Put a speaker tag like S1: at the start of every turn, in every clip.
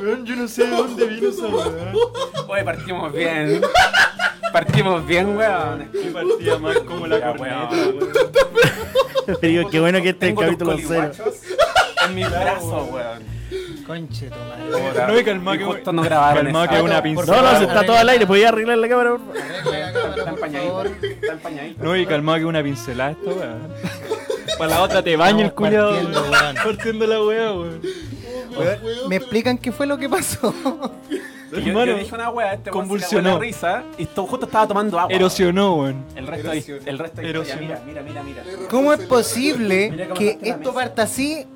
S1: weón, yo no sé de dónde vino esa weón.
S2: Oye, partimos bien. Partimos bien, weón.
S1: Me partía más como la
S2: Ya,
S1: corneta,
S2: weón.
S1: weón.
S3: Pero qué bueno que este es el
S2: Tengo los
S3: capítulo cero.
S2: colihuachos En mis brazos, weón.
S4: Conche tu madre.
S2: Puta,
S1: No, y calmá
S2: y
S1: que-
S2: justo no grabaron
S1: calmá
S2: esa.
S1: que una
S3: No,
S1: pinza.
S3: no, se está todo al aire. ¿Podía arreglar la cámara, por favor?
S4: Arregla la cámara,
S2: Está
S4: por
S2: empañadito.
S4: favor.
S2: Está empañadito.
S1: No, y calmado que una pincelada esta weón. Para la otra te baña el
S4: Estamos
S1: culiado.
S4: partiendo, weón.
S1: Partiendo la weá, weón.
S4: ¿Me explican qué fue lo que pasó?
S2: Que yo- yo,
S1: Hermano,
S2: dije una weá, este weón se
S1: convulsionó.
S2: cagó la risa y to- justo estaba tomando agua.
S1: Erosionó, weón.
S2: El resto de el resto de historia. Mira, mira, mira, mira.
S4: ¿Cómo es posible
S2: Mira cómo
S4: que
S2: está la mesa.
S4: esto parta así?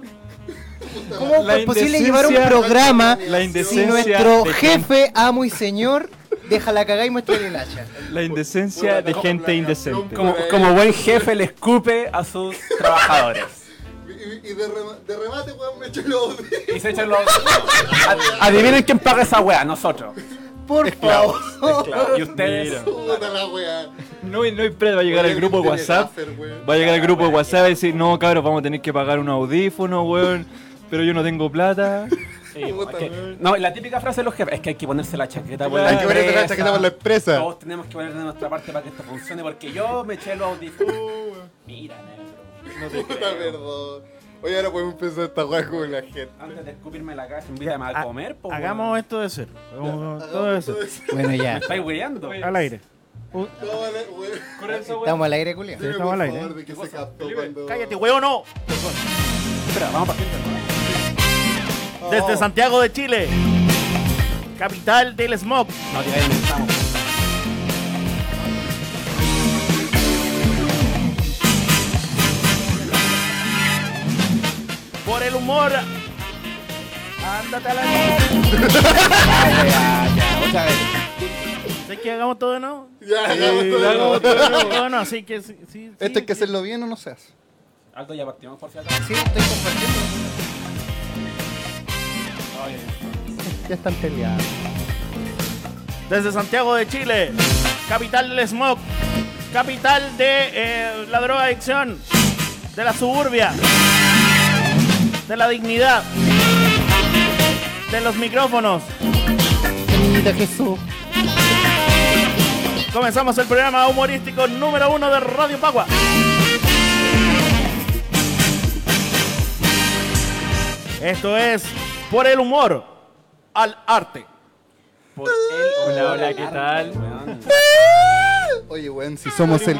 S4: ¿Cómo
S1: La
S4: es posible
S1: indecencia-
S4: llevar un programa
S1: la
S4: si
S1: indecencia
S4: nuestro
S1: de
S4: jefe, amo y señor, deja la cagá y muestra el hacha?
S1: La indecencia de gente indecente.
S2: Como, como buen jefe le escupe a sus trabajadores.
S5: Y, y de, rema- de remate, weón, me echó los
S2: Y se echan los. Ad- Adivinen quién paga esa weá, nosotros.
S4: Por favor.
S2: Y ustedes.
S1: Mira.
S5: Puta la weá.
S1: No, y no hay pre, va a llegar el grupo de
S5: Tiene
S1: WhatsApp.
S5: gaffer, weón.
S1: Va a llegar el grupo de WhatsApp y decir, no, cabros, vamos a tener que pagar un audífono, weón. Pero yo no tengo plata.
S2: Sí,
S5: Puta,
S2: es que-
S5: weón.
S2: no, la típica frase de los jefes es que hay que ponerse la chaqueta por
S1: Claro.
S2: la
S1: Hay que
S5: ponerse la
S2: empresa.
S5: chaqueta por la empresa.
S2: Todos tenemos que poner de nuestra parte para que esto funcione porque yo me eché los audífonos. Mira, negro.
S5: Puta, perdón. Oye, ahora podemos empezar esta weá con la gente.
S2: Antes de escupirme en la cabeza, invítame a
S3: Ha-
S2: comer, po.
S3: Hagamos esto de cero. Hagamos todo de cero.
S4: Bueno, ya.
S2: Estáis hueando.
S3: Al aire. Uh,
S5: No, vale, weón.
S4: Estamos al aire, Julio.
S3: Sí,
S5: Dime,
S3: estamos
S5: por
S3: al aire. ¿eh?
S5: favor, de que se captó cuando-
S3: Cállate, huevo, no.
S2: Espera, vamos para
S3: Desde Santiago de Chile. Capital del smog.
S2: No, ya estamos.
S3: Por el humor. Ándate a la mierda.
S2: Otra vez.
S3: ¿Sabes que hagamos todo de nuevo?
S5: Ya, hagamos todo.
S3: Hagamos todo de nuevo, no, así que sí. sí,
S5: Esto
S3: sí.
S5: hay que hacerlo bien o no se hace.
S2: Alto, ya partimos por si acaso.
S4: Sí, estoy compartiendo. Ya están peleados.
S3: Desde Santiago de Chile. Capital del smog. Capital de eh, la drogadicción. De la suburbia. De la dignidad. De los micrófonos.
S4: Bendito Jesús.
S3: Comenzamos el programa humorístico número uno de Radio Pagua. Esto es Por el humor al arte.
S2: Por el
S1: Hola, hola, ¿qué tal?
S2: Weón.
S5: Oye, weón,
S3: Ah,
S5: si somos el,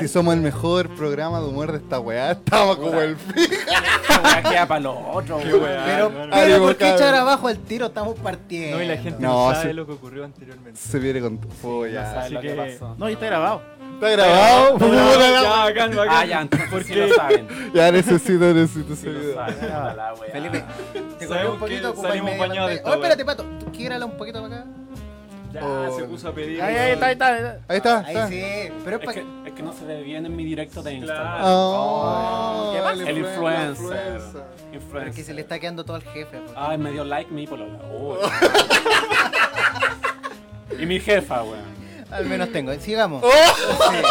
S5: si somos el mejor programa de humor de esta weá, estamos como el fin.
S2: Esta weá queda para los otros, weón.
S4: Pero,
S1: no, no.
S5: Ay,
S4: pero ¿por qué
S5: cabrón.
S4: echar abajo el tiro? Estamos partiendo.
S1: No, y la gente
S5: No,
S1: no,
S5: sí.
S1: sabe lo que ocurrió anteriormente.
S5: Se viene con todo. ya.
S2: ¿Sabes lo que
S1: que-
S2: pasó?
S3: No, y está grabado.
S5: ¿Está grabado? Puta la-
S1: ya, bacán, bacán.
S2: Ah, ya, entonces sí lo saben.
S5: Ya necesito, necesito
S2: Sí
S5: ese
S2: lo
S5: video.
S2: saben. puta la weá.
S4: Felipe, te corrí
S1: Sabemos
S4: un poquito
S1: que
S4: ocupa el
S1: salimos
S4: medio
S1: bañados de
S4: pantalla.
S1: esta
S4: Oh, espérate, pato. ¿Tú quírala un poquito para acá?
S1: Ya, se puso a pedir.
S3: Ahí, ahí está, ahí está. ahí está.
S5: Ahí está,
S4: Ahí
S5: Ah, está.
S4: sí. Pero es
S2: Es
S4: para
S2: que, es que no se ve bien en mi directo de Instagram.
S1: Claro.
S5: Oh,
S4: ¿Qué pasa?
S5: influen-
S2: El
S5: la
S2: influencer.
S5: influenza.
S2: Influencer.
S4: Porque se le está quedando todo al jefe. pues. po.
S2: Ay, me dio like mi polola. Oh, y mi jefa, weón.
S4: Al menos tengo. Sigamos. Sí.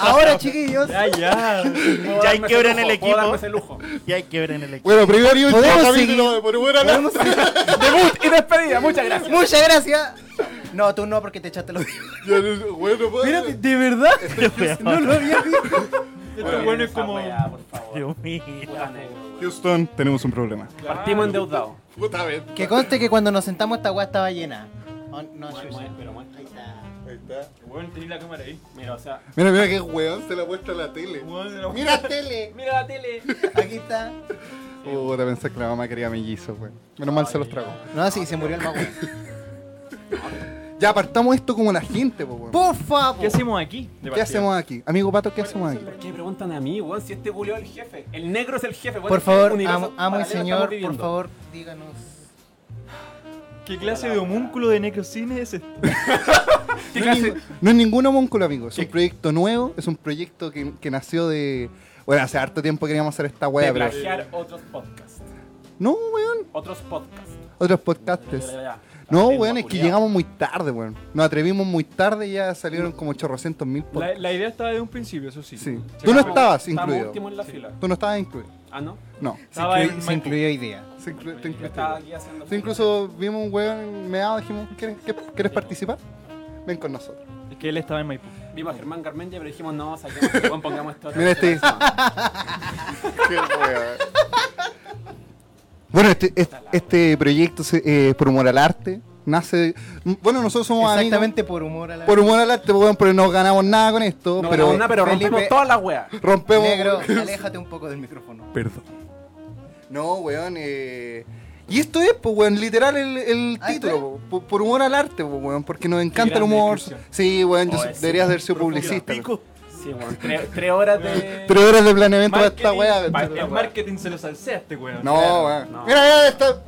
S4: Ahora, chiquillos,
S1: Ya, ya.
S2: Puedo
S3: Ya hay
S2: darme ese
S3: quiebre en el
S2: lujo, puedo
S3: equipo.
S2: darme ese lujo.
S3: Y hay que ver en el equipo.
S5: Bueno, primero y último
S4: ¿Podemos
S5: capítulo
S4: seguir?
S5: de por buena la-
S4: podemos-
S2: Debut y despedida, muchas gracias.
S4: Muchas gracias. No, tú no, porque te echaste los dedos.
S5: Ya no- Bueno, pues.
S4: de verdad. No lo había visto.
S1: Este bueno es como.
S2: Weá, por favor.
S3: Dios mío.
S2: Puta negro.
S5: Houston, tenemos un problema.
S2: Partimos endeudados.
S5: Puta vez.
S4: Que conste que cuando nos sentamos esta weá estaba llena. Oh, no, sí, sí.
S2: Pero bueno,
S4: Ahí está.
S5: Ahí está.
S1: Weón, tenés la cámara ahí.
S2: mira, o sea.
S5: Mira, mira qué weón se la ha puesto a la tele.
S1: Weón, la-
S5: Mira tele.
S2: Mira la tele.
S4: Aquí está.
S5: Puta, pensé que la mamá quería mellizos, weón. Menos mal se los tragó.
S4: No, sí, se murió el mago.
S5: Ya partamos esto como la gente, po, weón.
S4: Por favor.
S1: ¿Qué hacemos aquí? de
S5: ¿Qué
S1: partida?
S5: hacemos aquí? Amigo Pato, ¿qué hacemos aquí?
S2: ¿Por qué me preguntan a mí, weón? Si este buleo es el jefe. El negro es el jefe, weón.
S4: Por
S2: Este
S4: favor,
S2: universo
S4: amo, amo y
S2: paralelo estamos
S4: señor, por
S2: viviendo.
S4: favor, díganos.
S1: ¿Qué clase de homúnculo de necrocine es este?
S5: No
S2: ¿Qué
S5: es,
S2: clase-
S5: ningún- no es ningún homúnculo, amigo. Es un proyecto nuevo, es un proyecto que, que nació de. Bueno, hace harto tiempo queríamos hacer esta
S2: de
S5: weá, pero.
S2: plagiar otros podcasts.
S5: No, weón.
S2: Otros podcasts.
S5: Otros podcastes. No,
S2: Ritmo
S5: weón, es que
S2: culiao.
S5: llegamos muy tarde, weón. Nos atrevimos muy tarde y ya
S2: Mm.
S5: salieron como 800 mil
S1: La, la idea estaba de un principio, eso sí.
S5: Sí.
S1: Se
S5: Tú no
S1: acabó.
S5: estabas
S2: Estamos
S5: incluido.
S2: último en la fila.
S5: Tú no estabas incluido.
S2: Ah, ¿no?
S5: No.
S1: Estaba
S4: inclu-
S1: en
S4: se
S1: Maipú.
S4: incluyó hoy día.
S5: Se inclu- te
S2: Yo
S5: incluiste.
S2: estaba aquí haciendo...
S5: Sí, incluso vimos un weón meado, dijimos, ¿quieres, qué- ¿quieres participar? Ven con nosotros.
S1: Es que él estaba en Maipú.
S2: Vimos a Germán Garmendia, pero dijimos, no, saquemos, este weón, pongamos esto.
S5: Mira este. bueno, este, este, este proyecto se- eh, por humor al arte nace. Bueno, nosotros somos amigos.
S4: Exactamente por humor a la
S5: Por humor al arte, weón, pero no ganamos nada con esto.
S2: No,
S5: pero
S2: pero, pero rompimos
S4: Felipe-
S2: todas las weas.
S5: rompemos.
S4: Negro, aléjate un poco del micrófono.
S5: Perdón. No, weón. eh, Y esto es, pues, weón, literal el, el
S4: Ah,
S5: título,
S4: claro.
S5: po, por, por humor al arte, pues, weón, porque nos encanta el
S1: grande
S5: humor.
S1: descripción.
S5: Sí, weón, yo
S2: Oh,
S5: so-
S2: ese
S5: deberías haber sido publicista. weón.
S2: Sí, weón. Tres, tres horas de...
S5: Tres horas de planeamiento para esta
S1: Marketing-
S5: weá.
S1: pa-
S5: weón.
S1: el marketing se lo salsea a este weón.
S5: No,
S2: Claro,
S5: weón.
S2: no.
S5: Mira, mira, está.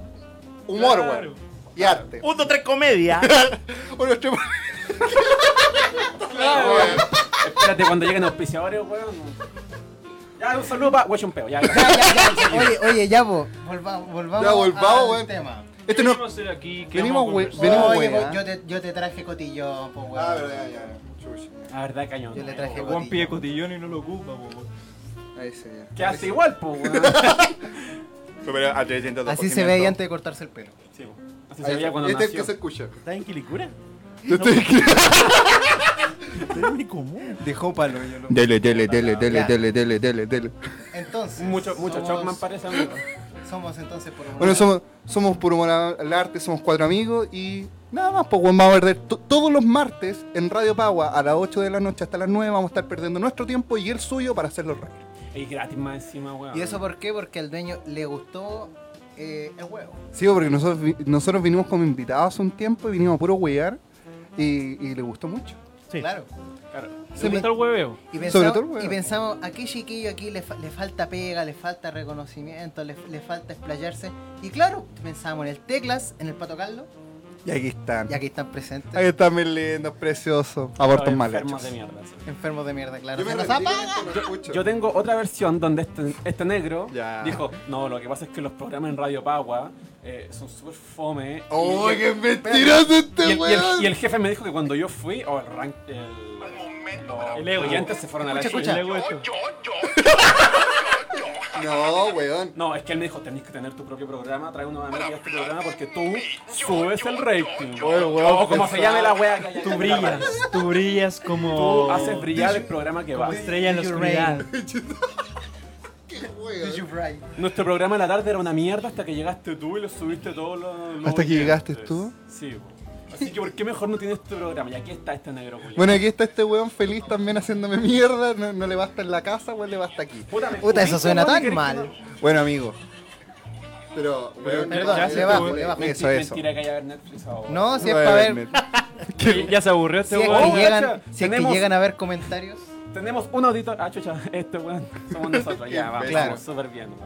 S5: Humor,
S1: Claro.
S5: weón. Y arte. este
S3: Un, dos, tres, comedia.
S5: Uno, tres,
S2: Espérate, cuando lleguen auspiciadores, weón. Ya, un saludo para... Weón, un peo, ya.
S4: Ya, ya, ya, Oye, oye, ya, po, volvamos, volvamos
S5: Ya, volvamos,
S4: al
S5: weón.
S4: tema.
S5: Este no.
S1: Venimos a ser aquí, que
S5: Venimos,
S1: vamos a
S5: güey.
S1: conversar.
S5: Venimos,
S4: Oye,
S5: weón, ¿eh?
S4: po, yo, te, yo te traje cotillón, po, weón.
S5: Ah, verdad, ya, ya. Chucha.
S2: La verdad, cañón.
S4: Yo le traje
S1: El
S4: cotillón.
S1: Juan pide cotillón y no lo ocupa, po, weón.
S5: Ahí sí, ya.
S2: Que hace igual, pues, weón.
S4: Así se veía antes de cortarse el pelo.
S2: Sí, weón. Así se
S5: Ahí
S2: veía
S5: está.
S2: cuando
S5: Este es el
S2: nació.
S5: que se escucha.
S3: ¿Estás en Quilicura?
S5: Este es el que-
S3: Eres muy común.
S4: Dejó palo, yo lo...
S5: Dele, dele, dele,
S4: Ya.
S5: dele, dele, dele, dele.
S4: Entonces.
S2: Mucho, mucho
S4: somos-
S2: Chocman parece, amigo.
S4: Somos entonces por humor.
S5: Bueno, somos, somos por humor al arte, somos cuatro amigos y nada más, pues weón, vamos a perder to- todos los martes en Radio Pagua a las 8 de la noche hasta las 9 vamos a estar perdiendo nuestro tiempo y el suyo para hacerlo reír.
S2: Y gratis más encima, weón.
S4: ¿Y eso por qué? Porque al dueño le gustó eh, el huevo.
S5: Sí, porque nosotros, vi- nosotros vinimos como invitados un tiempo y vinimos a puro huear y, y le gustó mucho.
S3: Sí.
S4: Claro.
S2: Claro.
S1: Se me está el hueveo.
S4: Y
S5: Sobre
S4: pensamos,
S5: todo el huevo.
S4: y pensamos, a qué chiquillo aquí le, fa- le falta pega, le falta reconocimiento, le, le falta explayarse. Y claro, pensamos en el Teclas, en el Pato Carlos,
S5: Y aquí están.
S4: y aquí están presentes.
S5: Ahí están mis lindos, preciosos. Abortos mal hechos.
S2: Enfermos de mierda, sí.
S4: Enfermos de mierda, claro.
S5: Yo me
S4: Se nos
S5: retiro,
S4: apaga.
S5: no escucho.
S2: Yo tengo otra versión donde este, este negro
S5: Ya.
S2: dijo, no, lo que pasa es que los programas en Radio Pagua eh, son súper fome.
S5: ¡Oh,
S2: y,
S5: qué mentiroso
S2: y el,
S5: este
S2: y el-
S5: weón!
S2: y el jefe me dijo que cuando yo fui, o el rank, el, los
S1: El ego.
S2: oyentes se fueron a la
S4: Escucha,
S2: chucha.
S1: El ego hecho.
S5: No, weón.
S2: No, es que él me dijo, tenés que tener tu propio programa, trae unos amigos a este programa porque tú subes el rating.
S5: Oye, weón,
S2: o como se llame la wea que haya
S1: Tú
S2: en la radio.
S1: brillas, tú brillas como.
S2: Tú ah, haces brillar el programa que va.
S1: como estrella en la
S4: Did you
S1: oscuridad.
S5: Qué weón.
S4: Did you fry?
S2: Nuestro programa en la tarde era una mierda hasta que llegaste tú y lo subiste todos los. los
S5: ¿Hasta que llegaste
S2: oyentes.
S5: tú?
S2: Sí, po. Así que, ¿por qué mejor no tienes tu programa? Y aquí está este negro culiao.
S5: Bueno, aquí está este weón feliz también haciéndome mierda. No, no le basta en la casa, weón, le basta aquí.
S2: puta, me
S4: Puta, eso
S2: jodiste,
S4: suena
S2: weón,
S4: tan
S2: ¿querés que
S4: mal.
S2: no-
S5: Bueno, amigo. Pero, weón,
S4: Perdón,
S1: ya
S5: eh,
S1: se
S4: le bajo,
S1: fue.
S4: le bajo.
S5: Eso, eso.
S2: Mentira que haya ver Netflix ahora.
S4: No, si es
S5: Bueno,
S4: para ver.
S1: Ya- Ya se aburrió este
S4: Si es
S1: weón.
S4: que
S2: Oh,
S4: llegan,
S2: cacha,
S4: si es que
S2: tenemos-
S4: llegan a ver comentarios.
S2: Tenemos un auditor. Ah, chucha, este weón. Somos nosotros. ya, vamos.
S4: Claro.
S2: Claro. Súper bien, weón.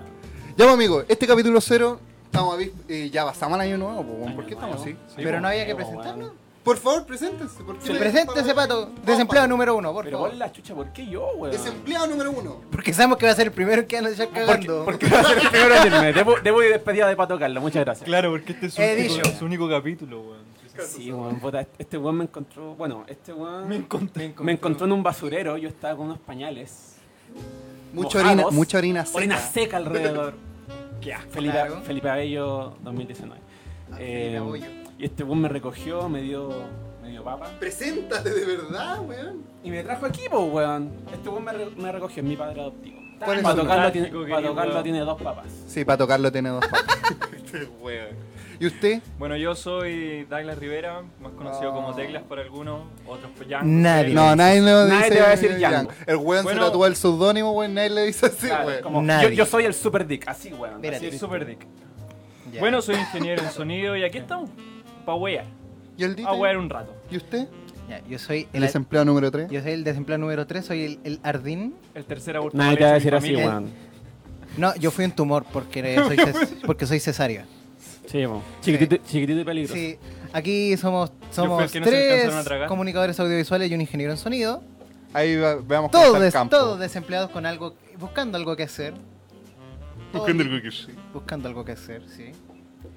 S5: Ya, pues, amigo, este capítulo cero. Estamos a vis- eh, ya pasamos el año nuevo, pues, weón. ¿Por qué estamos así?
S4: Pero no había
S1: Oh,
S4: que
S2: weón.
S4: presentarnos.
S5: Por favor, preséntense. ¿por qué
S4: Se
S5: le-
S4: presenta ese pato, desempleado número uno, por
S2: Pero
S4: favor.
S2: vos la chucha, ¿por qué yo, weón?
S5: Desempleado número uno.
S4: Porque sabemos que va a ser el primero que van a echar cagando.
S2: Porque va a ser el primero en irme. Debo, debo ir despedida de Pato Carlos. Muchas gracias.
S1: Claro, porque este es su,
S4: He
S1: único-
S4: dicho.
S1: su único capítulo, weón.
S2: Sí, weón, puta, este weón me encontró, bueno, este weón
S1: Me encontré.
S2: me encontró en un basurero, yo estaba con unos pañales.
S5: Mucha
S2: mojados,
S5: orina, mucha orina seca.
S2: Orina seca alrededor. Qué asco. Felipe,
S4: Claro.
S2: Felipe Abello 2019.
S4: Ah,
S2: Eh,
S4: Felipe Abello.
S2: y este weón me recogió, me dio, me dio papa.
S5: Preséntate de verdad, weón.
S2: Y me trajo aquí, po, weón. Este weón me, re- me recogió, es mi padre adoptivo.
S5: ¿Cuál es
S2: Para
S5: su
S2: tocarlo,
S1: nombre?
S2: tiene,
S1: Táctico,
S2: para
S1: querido
S2: tocarlo
S1: weón.
S2: tiene dos papas.
S5: Sí, para tocarlo tiene dos patas.
S2: Este
S5: ¿Y usted?
S1: Bueno, yo soy Douglas Rivera, más conocido como Teclas para algunos, otros pues ya.
S4: Nadie.
S5: No, nadie le
S2: Eh, Nadie
S5: dice
S2: te va a decir
S5: Yang.
S2: Yang.
S5: El weón
S1: Bueno.
S5: se tatúa el seudónimo, weón. Nadie le dice así,
S2: Claro,
S5: weón.
S2: como, yo,
S4: Nadie.
S2: yo soy el super dick, así, weón.
S4: Mira,
S2: así
S1: Sí,
S2: el
S1: super dick.
S4: Ya.
S1: Bueno, soy ingeniero en sonido y aquí estamos. Pa' wear.
S5: ¿Y el
S2: Ah,
S5: Dita?
S1: A wear un rato.
S5: ¿Y usted?
S4: Ya, yo soy
S5: El
S4: el,
S5: desempleado número 3.
S4: yo soy el desempleado número 3, soy el, el Ardín.
S1: El tercer aborto.
S2: Nadie te va a decir así,
S4: familia.
S2: weón.
S4: No, yo fui un tumor porque soy, ces- porque soy cesárea.
S2: Sí, po. Chiquitito, chiquitito y peligroso.
S4: Sí, aquí somos,
S1: Yo fui el
S4: somos
S1: que no se
S4: tres
S1: alcanzaron a tragar.
S4: comunicadores audiovisuales y un ingeniero en sonido.
S5: Ahí va- veamos cómo
S4: Todos,
S5: está el
S4: des-
S5: campo.
S4: todos desempleados con algo, buscando algo que hacer. Buscando algo que hacer. Buscando algo que hacer, sí.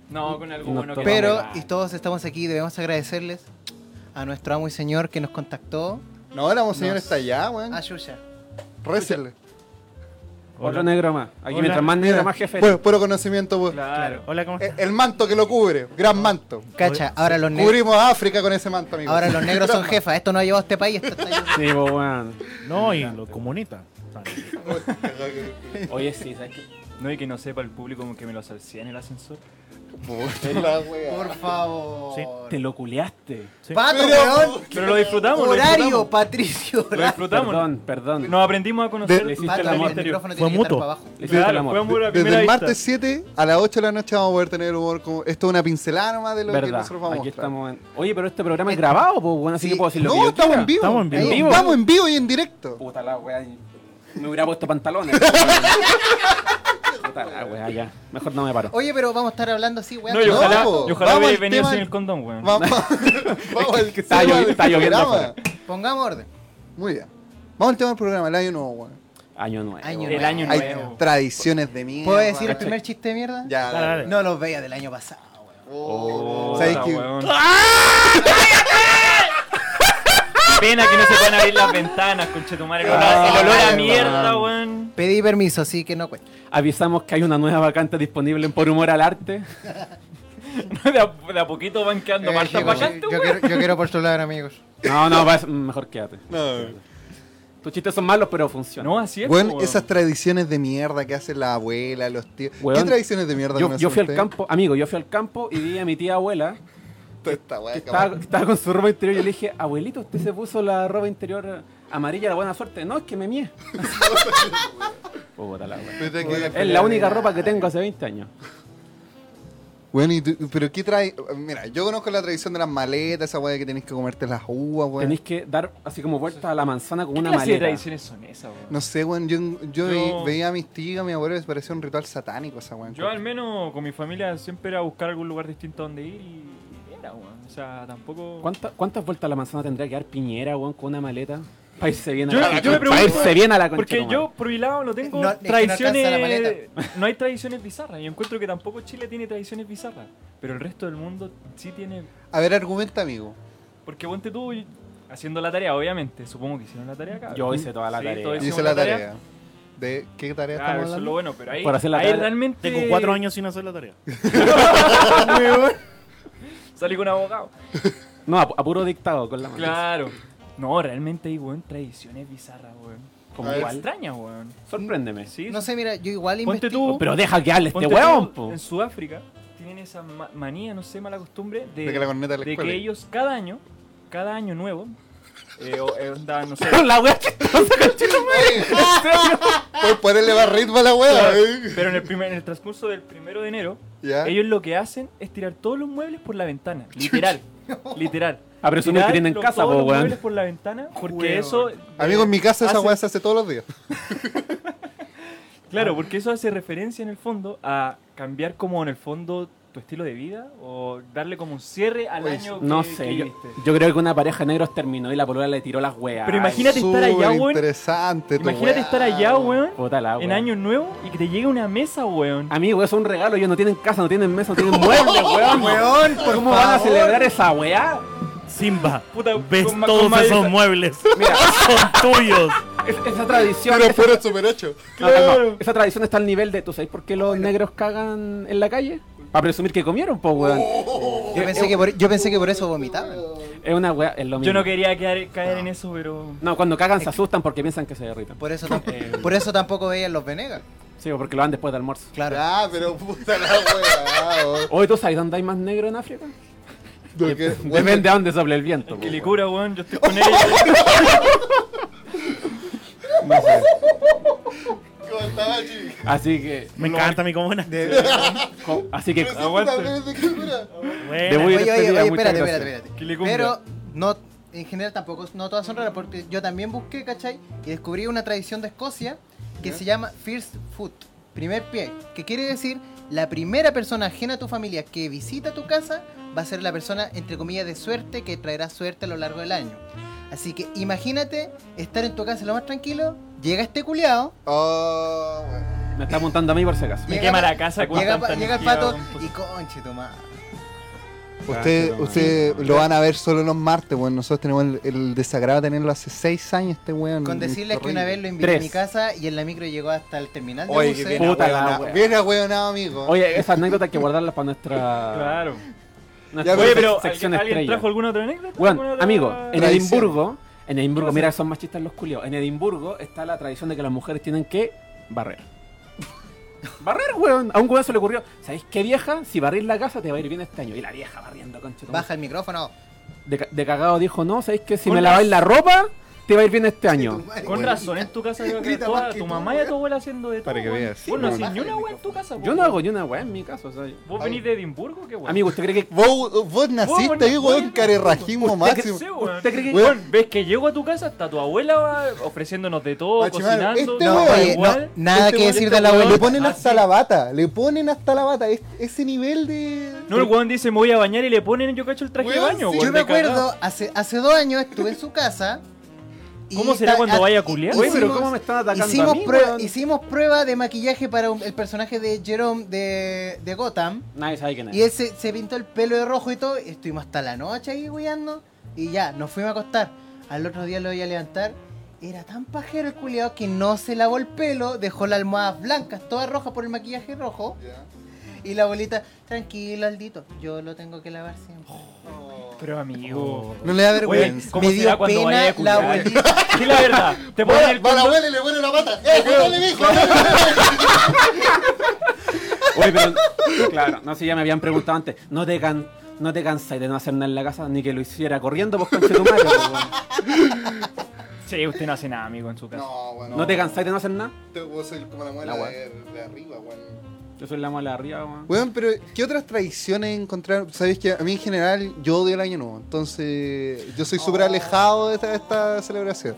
S1: No, con algo bueno que
S4: Pero,
S2: Vamos.
S4: y todos estamos aquí, debemos agradecerles a nuestro amo y señor que nos contactó.
S5: No, la monseñor
S4: Nos-
S5: está allá, weón.
S4: A Yuya.
S5: Récenle.
S2: Otro negro más. Aquí
S3: Hola.
S2: mientras más negro, más jefe.
S5: Puro, puro conocimiento, weón. Eh,
S1: Claro.
S3: Hola, ¿cómo
S5: El,
S3: estás?
S5: el manto que lo cubre, gran manto.
S4: Cacha, ahora los negros.
S5: Cubrimos a África con ese manto, amigo.
S4: Ahora los negros son jefas. Esto no ha llevado a este país. Esto está
S2: Sí, pues, weón.
S3: No, y los comunistas.
S2: Oye, sí, ¿sabes qué?
S1: No, y que no sepa el público como que me lo salsía en el ascensor.
S5: Puta la wea.
S4: Por favor.
S3: Sí.
S2: Te lo culeaste.
S3: Sí.
S4: Pato,
S5: Pero-
S4: weón.
S1: Pero lo disfrutamos,
S4: Horario, Patricio.
S1: lo disfrutamos. Lo disfrutamos.
S2: Perdón, perdón.
S1: Nos aprendimos a conocer. Ah,
S5: De-
S1: Le
S5: Le
S1: hiciste
S4: Pato,
S1: el
S4: el
S1: amor exterior.
S4: micrófono
S3: Fue
S4: tiene que estar
S3: mutuo.
S4: para abajo.
S2: Le hiciste el
S1: Claro,
S2: amor.
S1: fue muy la
S5: Desde
S1: primera
S5: el
S1: vista.
S5: martes 7 a las 8 de la noche vamos a poder tener humor como. Esto es una pincelada nomás de lo que
S2: Verdad.
S5: nosotros vamos a
S2: Aquí
S5: mostrar. Eh,
S2: estamos en... Oye, pero este programa es grabado, pues, weón. Así
S5: Sí.
S2: que puedo decir lo
S5: no,
S2: que yo
S5: estamos,
S2: quiera.
S5: en vivo.
S3: Estamos en vivo.
S5: Ahí,
S2: En vivo.
S5: Estamos en vivo y en directo.
S2: Puta la weá. Me hubiera puesto pantalones. weón. Puta la weá, ya. Mejor no me paro.
S4: Oye, pero vamos a estar hablando así, weón.
S1: No, y
S5: yo-
S1: ojalá,
S5: po.
S1: y ojalá
S5: Vamos
S1: hubiera
S5: al
S1: venido
S5: tema-
S1: sin el condón, weón.
S5: Vamos, vamos al
S2: está
S5: tema
S2: llovi-
S5: del
S2: está lloviendo
S5: programa.
S2: afuera.
S4: Pongamos orden.
S5: Muy bien. Vamos al tema del programa, el año nuevo, weón.
S2: Año nuevo.
S4: Año
S1: El
S4: nuevo.
S1: año
S5: Hay
S1: nuevo.
S5: tradiciones de mierda.
S4: ¿Puedo decir el
S5: weón.
S4: primer chiste de mierda?
S5: Ya,
S3: Dale, dale.
S4: No los veía del año pasado, weón.
S5: Oh,
S1: Puta,
S5: ¿sabes ¡Ah! qué?
S1: weón. Qué Pena que no se puedan abrir las ventanas, conchetumare. El olor, el olor a
S5: Ay,
S1: mierda,
S2: weón.
S1: weón.
S4: Pedí permiso, así que no cuenta.
S2: Avisamos que hay una nueva vacante disponible en Por Humor al Arte.
S1: De a, de a poquito van quedando
S4: Eh,
S1: partas
S4: Diego,
S1: vacantes,
S4: yo,
S1: weón.
S4: quiero, yo quiero postular, amigos.
S2: No, no, vas- mm, mejor quédate.
S5: No.
S2: Tus chistes son malos, pero funcionan.
S1: No, así es.
S5: Weón,
S1: po,
S5: esas tradiciones de mierda que hace la abuela, los tíos.
S2: Weón,
S5: ¿Qué tradiciones de mierda
S2: yo,
S5: conoce
S2: yo fui al
S5: usted?
S2: campo, amigo, yo fui al campo y vi a mi tía abuela
S5: Toda esta weá,
S2: que
S5: cabrón.
S2: estaba, que estaba con su ropa interior. Yo le dije, abuelito, usted se puso la ropa interior amarilla, la buena suerte. No, es que me mié. Puta la wea.
S5: Puta que-
S2: es la única ropa que tengo hace 20 años.
S5: Bueno, ¿y tú- pero qué trae? Mira, yo conozco la tradición de las maletas, esa weá que tenés que comerte las uvas, weón.
S2: Tenéis que dar así como vuelta a la manzana con
S1: ¿Qué
S2: una
S1: clase de
S2: maleta.
S1: tradiciones son esas, weón?
S5: No sé, weón, yo, yo ve-
S1: Yo-
S5: veía a mis tías, a mi abuelo, les parecía un ritual satánico esa weón.
S1: Yo al menos con mi familia siempre era buscar algún lugar distinto donde ir y era, weón. O sea, tampoco...
S2: ¿Cuánta- ¿Cuántas vueltas a la manzana tendría que dar Piñera, weón, con una maleta? Para irse bien a
S1: Yo-
S2: la
S1: yo me
S2: pa'
S1: pregunto-
S2: irse bien a la concha
S1: Porque
S2: de tu
S1: yo,
S2: madre.
S1: por mi lado, no tengo
S4: No, es que no
S1: tradiciones.
S4: alcanza la
S1: no hay tradiciones bizarras. Yo encuentro que tampoco Chile tiene tradiciones bizarras. Pero el resto del mundo sí tiene.
S5: A ver, argumenta, amigo.
S1: Porque ponte tú y- haciendo la tarea, obviamente. Supongo que hicieron la tarea acá.
S2: Yo hice toda la
S1: Sí,
S2: tarea.
S1: todos
S2: Yo
S1: hicimos
S5: Dice la tarea. ¿De qué tarea
S1: Claro,
S5: estamos
S1: Ah, eso es lo
S5: hablando?
S1: bueno, pero ahí,
S2: Por hacer la
S1: ahí
S2: tarea.
S1: realmente.
S3: Tengo cuatro años sin hacer la tarea.
S1: Salí con abogado.
S2: No, a, a puro dictado con la mano.
S1: Claro. No, realmente hay, weón, tradiciones bizarras, weón.
S2: Como
S5: A ver.
S2: igual.
S1: Extrañas, weón.
S2: Sorpréndeme.
S1: Sí,
S4: No sé, mira, yo igual
S1: Ponte
S4: investigo.
S1: tú.
S2: Pero deja que hable este
S1: Ponte tú,
S2: weón, po.
S1: En Sudáfrica tienen esa ma- manía, no sé, mala costumbre de,
S5: De que la corneta de la
S1: de
S5: escuela.
S1: que ellos cada año, cada año nuevo, eh, o- eh, onda, no sé,
S2: la wea chistosa,
S5: Por ponerle más ritmo a la weá, eh.
S1: pero en el, primer, en el transcurso del primero de enero,
S5: Ya.
S1: ellos lo que hacen es tirar todos los muebles por la ventana, literal, literal.
S2: Ah, pero eso no
S1: Tirar
S2: tienen en
S1: los-
S2: casa,
S1: todos
S2: po,
S1: los
S2: weón.
S1: muebles por la ventana, porque eso... eh,
S5: Amigo, en mi casa esa
S1: hace-
S5: weá se hace todos los días.
S1: Claro, porque eso hace referencia en el fondo a cambiar como en el fondo tu estilo de vida o darle como un cierre al
S5: Oye,
S1: año que,
S2: No
S1: que
S2: sé, yo,
S1: viviste.
S2: yo creo que una pareja de negros terminó y la polola le tiró las weas.
S1: Pero imagínate estar allá, weón.
S5: interesante, tu
S1: Imagínate
S5: weá,
S1: estar allá, weón,
S2: Puta la Ah,
S1: en
S2: wea.
S1: año nuevo y que te llegue una mesa, weón.
S2: Amigo, eso es un regalo. Ellos no tienen casa, no tienen mesa, no tienen muebles, weón.
S4: Weón, por
S2: ¿Cómo van a
S4: favor.
S2: celebrar esa wea?
S3: Simba,
S1: Puta,
S3: ves
S1: con ma-
S3: todos
S1: con ma-
S3: esos muebles. son tuyos.
S2: Es- esa tradición.
S5: Pero
S2: esa,
S5: fuera el Super 8.
S2: no, no, no. Esa tradición está al nivel de. ¿Tú sabes por qué los negros cagan en la calle? Para presumir que comieron, po, weón.
S4: Oh.
S1: eh,
S4: Yo pensé, que por, yo pensé que por eso vomitaban.
S2: Es una wea, es lo mismo.
S1: Yo no quería quedar- caer en eso, pero.
S2: No, cuando cagan se asustan porque piensan que se derritan.
S4: Por eso,
S1: eh,
S4: tamp- por eso tampoco veían los Venegas.
S2: Sí, o porque lo dan después de almuerzo.
S1: eh,
S4: Claro.
S5: Ah, pero puta la weá. weón.
S2: Oye, ¿tú sabes dónde hay más negro en África?
S5: Porque-
S2: Depende a dónde sople el
S1: Que
S2: viento. po, weón.
S1: licura, weón, yo estoy con ella.
S5: Con Tabachi.
S2: Así que,
S3: Me encanta mi comuna.
S2: co- así que,
S5: Pero si
S1: Aguante.
S5: tú también eres de Calcura.
S3: Buena.
S2: Debut-
S4: Oye,
S2: Muy
S4: oye, oye,
S2: despedida, muchas
S4: espérate,
S2: gracias.
S4: espérate, espérate.
S1: Que le cumpla.
S4: Pero no, en general tampoco, no todas son raras, porque yo también busqué, ¿cachai? Y descubrí una tradición de Escocia que se llama First Foot, primer pie, que quiere decir la primera persona ajena a tu familia que visita tu casa va a ser la persona, entre comillas, de suerte que traerá suerte a lo largo del año. Así que imagínate estar en tu casa lo más tranquilo, llega este culiao
S5: Oh, bueno.
S2: Me está apuntando a mí por si acaso.
S1: Me
S4: Llega
S1: quema
S4: pa-
S1: la casa con
S4: Llega,
S1: tanta
S4: pa- llega el
S1: energía,
S4: pato
S1: weón.
S4: y conche tu madre.
S5: Usted,
S2: Claro,
S5: usted lo van a ver solo los martes, weón. Nosotros tenemos el, el desagrado de tenerlo hace seis años, este weón.
S4: Con decirles que
S5: Terrible.
S4: una vez lo invité a
S2: Tres.
S4: mi casa y en la micro llegó hasta el terminal de
S5: Oye,
S4: buses.
S5: que
S2: Puta la wea.
S5: bien ahueonado, amigo.
S2: Oye, esa anécdota hay que guardarla para nuestra.
S1: Claro.
S2: nuestra
S5: Ya,
S1: Ah. Oye, pero ¿alguien,
S2: sección
S1: alguien
S2: estrella.
S1: trajo alguna otra anécdota? ¿Alguna
S2: Bueno,
S1: otra-
S2: amigo, en
S5: Tradición.
S2: Edimburgo, en Edimburgo, mira que son machistas los culios. En Edimburgo está la tradición de que las mujeres tienen que barrer. Barrer, weón. A un weón se le ocurrió, ¿sabéis qué vieja? Si barrís la casa te va a ir bien este año. Y la vieja barriendo, concha. tu madre.
S4: Baja el micrófono.
S2: De, ca- de cagado dijo, no, ¿sabéis qué? Si
S1: Con
S2: me
S1: las-
S2: laváis la ropa, te va a ir bien este año.
S1: Con razón, en tu casa iba a quedar
S4: Grita
S1: toda
S4: más que
S1: tu
S4: tú,
S1: mamá y
S4: weón.
S1: a tu abuela haciendo de todo.
S5: Para que
S1: weón.
S5: veas.
S1: Vos no
S5: Sí,
S1: hacís
S4: weón.
S1: ni una weá en tu casa.
S2: Yo
S1: weón.
S2: no hago ni una weá en mi caso. O sea, yo-
S1: ¿Vos venís de Edimburgo? ¿Qué weón?
S2: Amigo, ¿usted cree que
S5: Vos, vos
S1: Vos,
S5: naciste
S1: vos,
S5: ahí, weón,
S1: vos,
S5: carerrajismo máximo.
S1: Sí, weón.
S2: ¿Usted cree que-
S1: Weón, ves que llego a tu casa, está tu abuela va, ofreciéndonos de todo,
S5: Guachimán,
S1: cocinando.
S5: este
S1: no,
S5: weón-
S1: da
S5: Oye,
S1: igual.
S4: no, nada
S1: Este
S4: que
S1: weón-
S4: decir
S1: este
S4: de la
S1: weón-
S5: Le ponen
S1: Ah,
S5: hasta
S1: sí.
S5: la bata, le ponen hasta la bata. es- ese nivel de.
S1: No, el weón dice, me voy a bañar y le ponen, yo cacho, el traje de
S5: Weón,
S1: baño,
S5: sí.
S1: weón,
S4: Yo me
S1: de cagada.
S4: acuerdo, hace, hace dos años estuve en su casa. y
S1: ¿Cómo será
S4: ta-
S1: cuando
S4: a-
S1: vaya a culiar?
S2: Güey,
S4: hicimos-
S2: pero ¿cómo me están atacando
S4: Hicimos,
S2: a mí,
S4: prueba,
S2: weón?
S4: hicimos prueba de maquillaje para un- el personaje de Jerome de, de Gotham.
S2: Nadie sabe quién es.
S4: Y él se, se pintó el pelo de rojo y todo. y Estuvimos hasta la noche ahí guiando. Y ya, nos fuimos a acostar. Al otro día lo voy a levantar. Era tan pajero el culiado que no se lavó el pelo. Dejó las almohadas blancas, todas rojas por el maquillaje rojo. Y la abuelita, tranquilo, Aldito. Yo lo tengo que lavar siempre.
S1: Pero amigo...
S5: No le da
S1: Oye,
S5: vergüenza.
S1: ¿cómo
S4: Me
S1: será
S4: dio
S1: cuando vaya a
S4: pena la
S1: culiar?
S4: abuelita.
S1: Sí, la verdad. Te ponen
S5: Va,
S1: el
S5: Oh. va la
S1: condón-
S5: abuela y le pone la bata. ¡Eh, dale, mijo!
S2: Oye, pero. Claro, no sé, ya me habían preguntado antes. No te, can, no te cansáis de no hacer nada en la casa, ni que lo hiciera corriendo vos con tu madre. pues,
S1: Sí, usted no hace nada, amigo, en su casa.
S5: No, bueno.
S2: No te cansáis de no hacer nada.
S5: Te- Vos sois como la muela
S2: La wea.
S5: de, de arriba, weón.
S2: Yo soy la mala de arriba, weón.
S5: Weón, pero ¿qué otras tradiciones encontrar? Sabéis que a mí en general yo odio el año nuevo, entonces yo soy súper alejado de esta, esta celebración.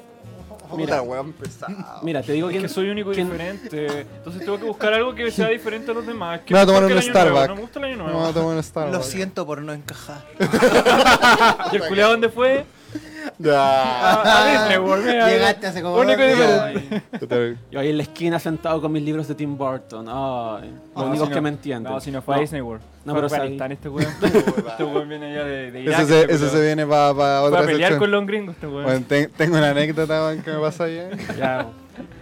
S2: Mira.
S5: Puta, weón, pesado.
S2: Mira, te digo
S1: Es
S2: quién
S1: que soy único y
S2: quién-
S1: diferente. Entonces tengo que buscar algo que sea diferente a los demás. ¿Qué
S5: Me voy a tomar
S1: mejor que
S5: un
S1: el año nuevo?
S5: Starbucks.
S1: No me gusta el año
S5: No, vamos a
S1: nuevo.
S5: tomar un Starbucks.
S4: Lo siento por no encajar.
S1: ¿Y el culiado dónde fue? Ah,
S5: Ya.
S1: A, a Disney World. mira.
S4: Llegaste hace como
S1: Único y
S4: dos días.
S1: diferente.
S2: Yo ahí en la esquina sentado con mis libros de Tim Burton. Ay, los
S1: No,
S2: únicos
S1: si
S2: que
S1: no-
S2: me entienden.
S1: No, si no fue a Disney World.
S2: No,
S1: Fue
S2: pero
S1: a
S2: sabí-
S1: Afganistán este weón. Este weón viene allá de, de Irak.
S5: Eso se,
S1: este
S5: eso se
S1: culiao.
S5: viene para
S1: Fue
S5: otra
S1: a pelear
S5: sección.
S1: con los gringos este weón.
S5: Weón, ten- tengo una anécdota weón, que me ¿eh? pasó ayer.
S2: Ya,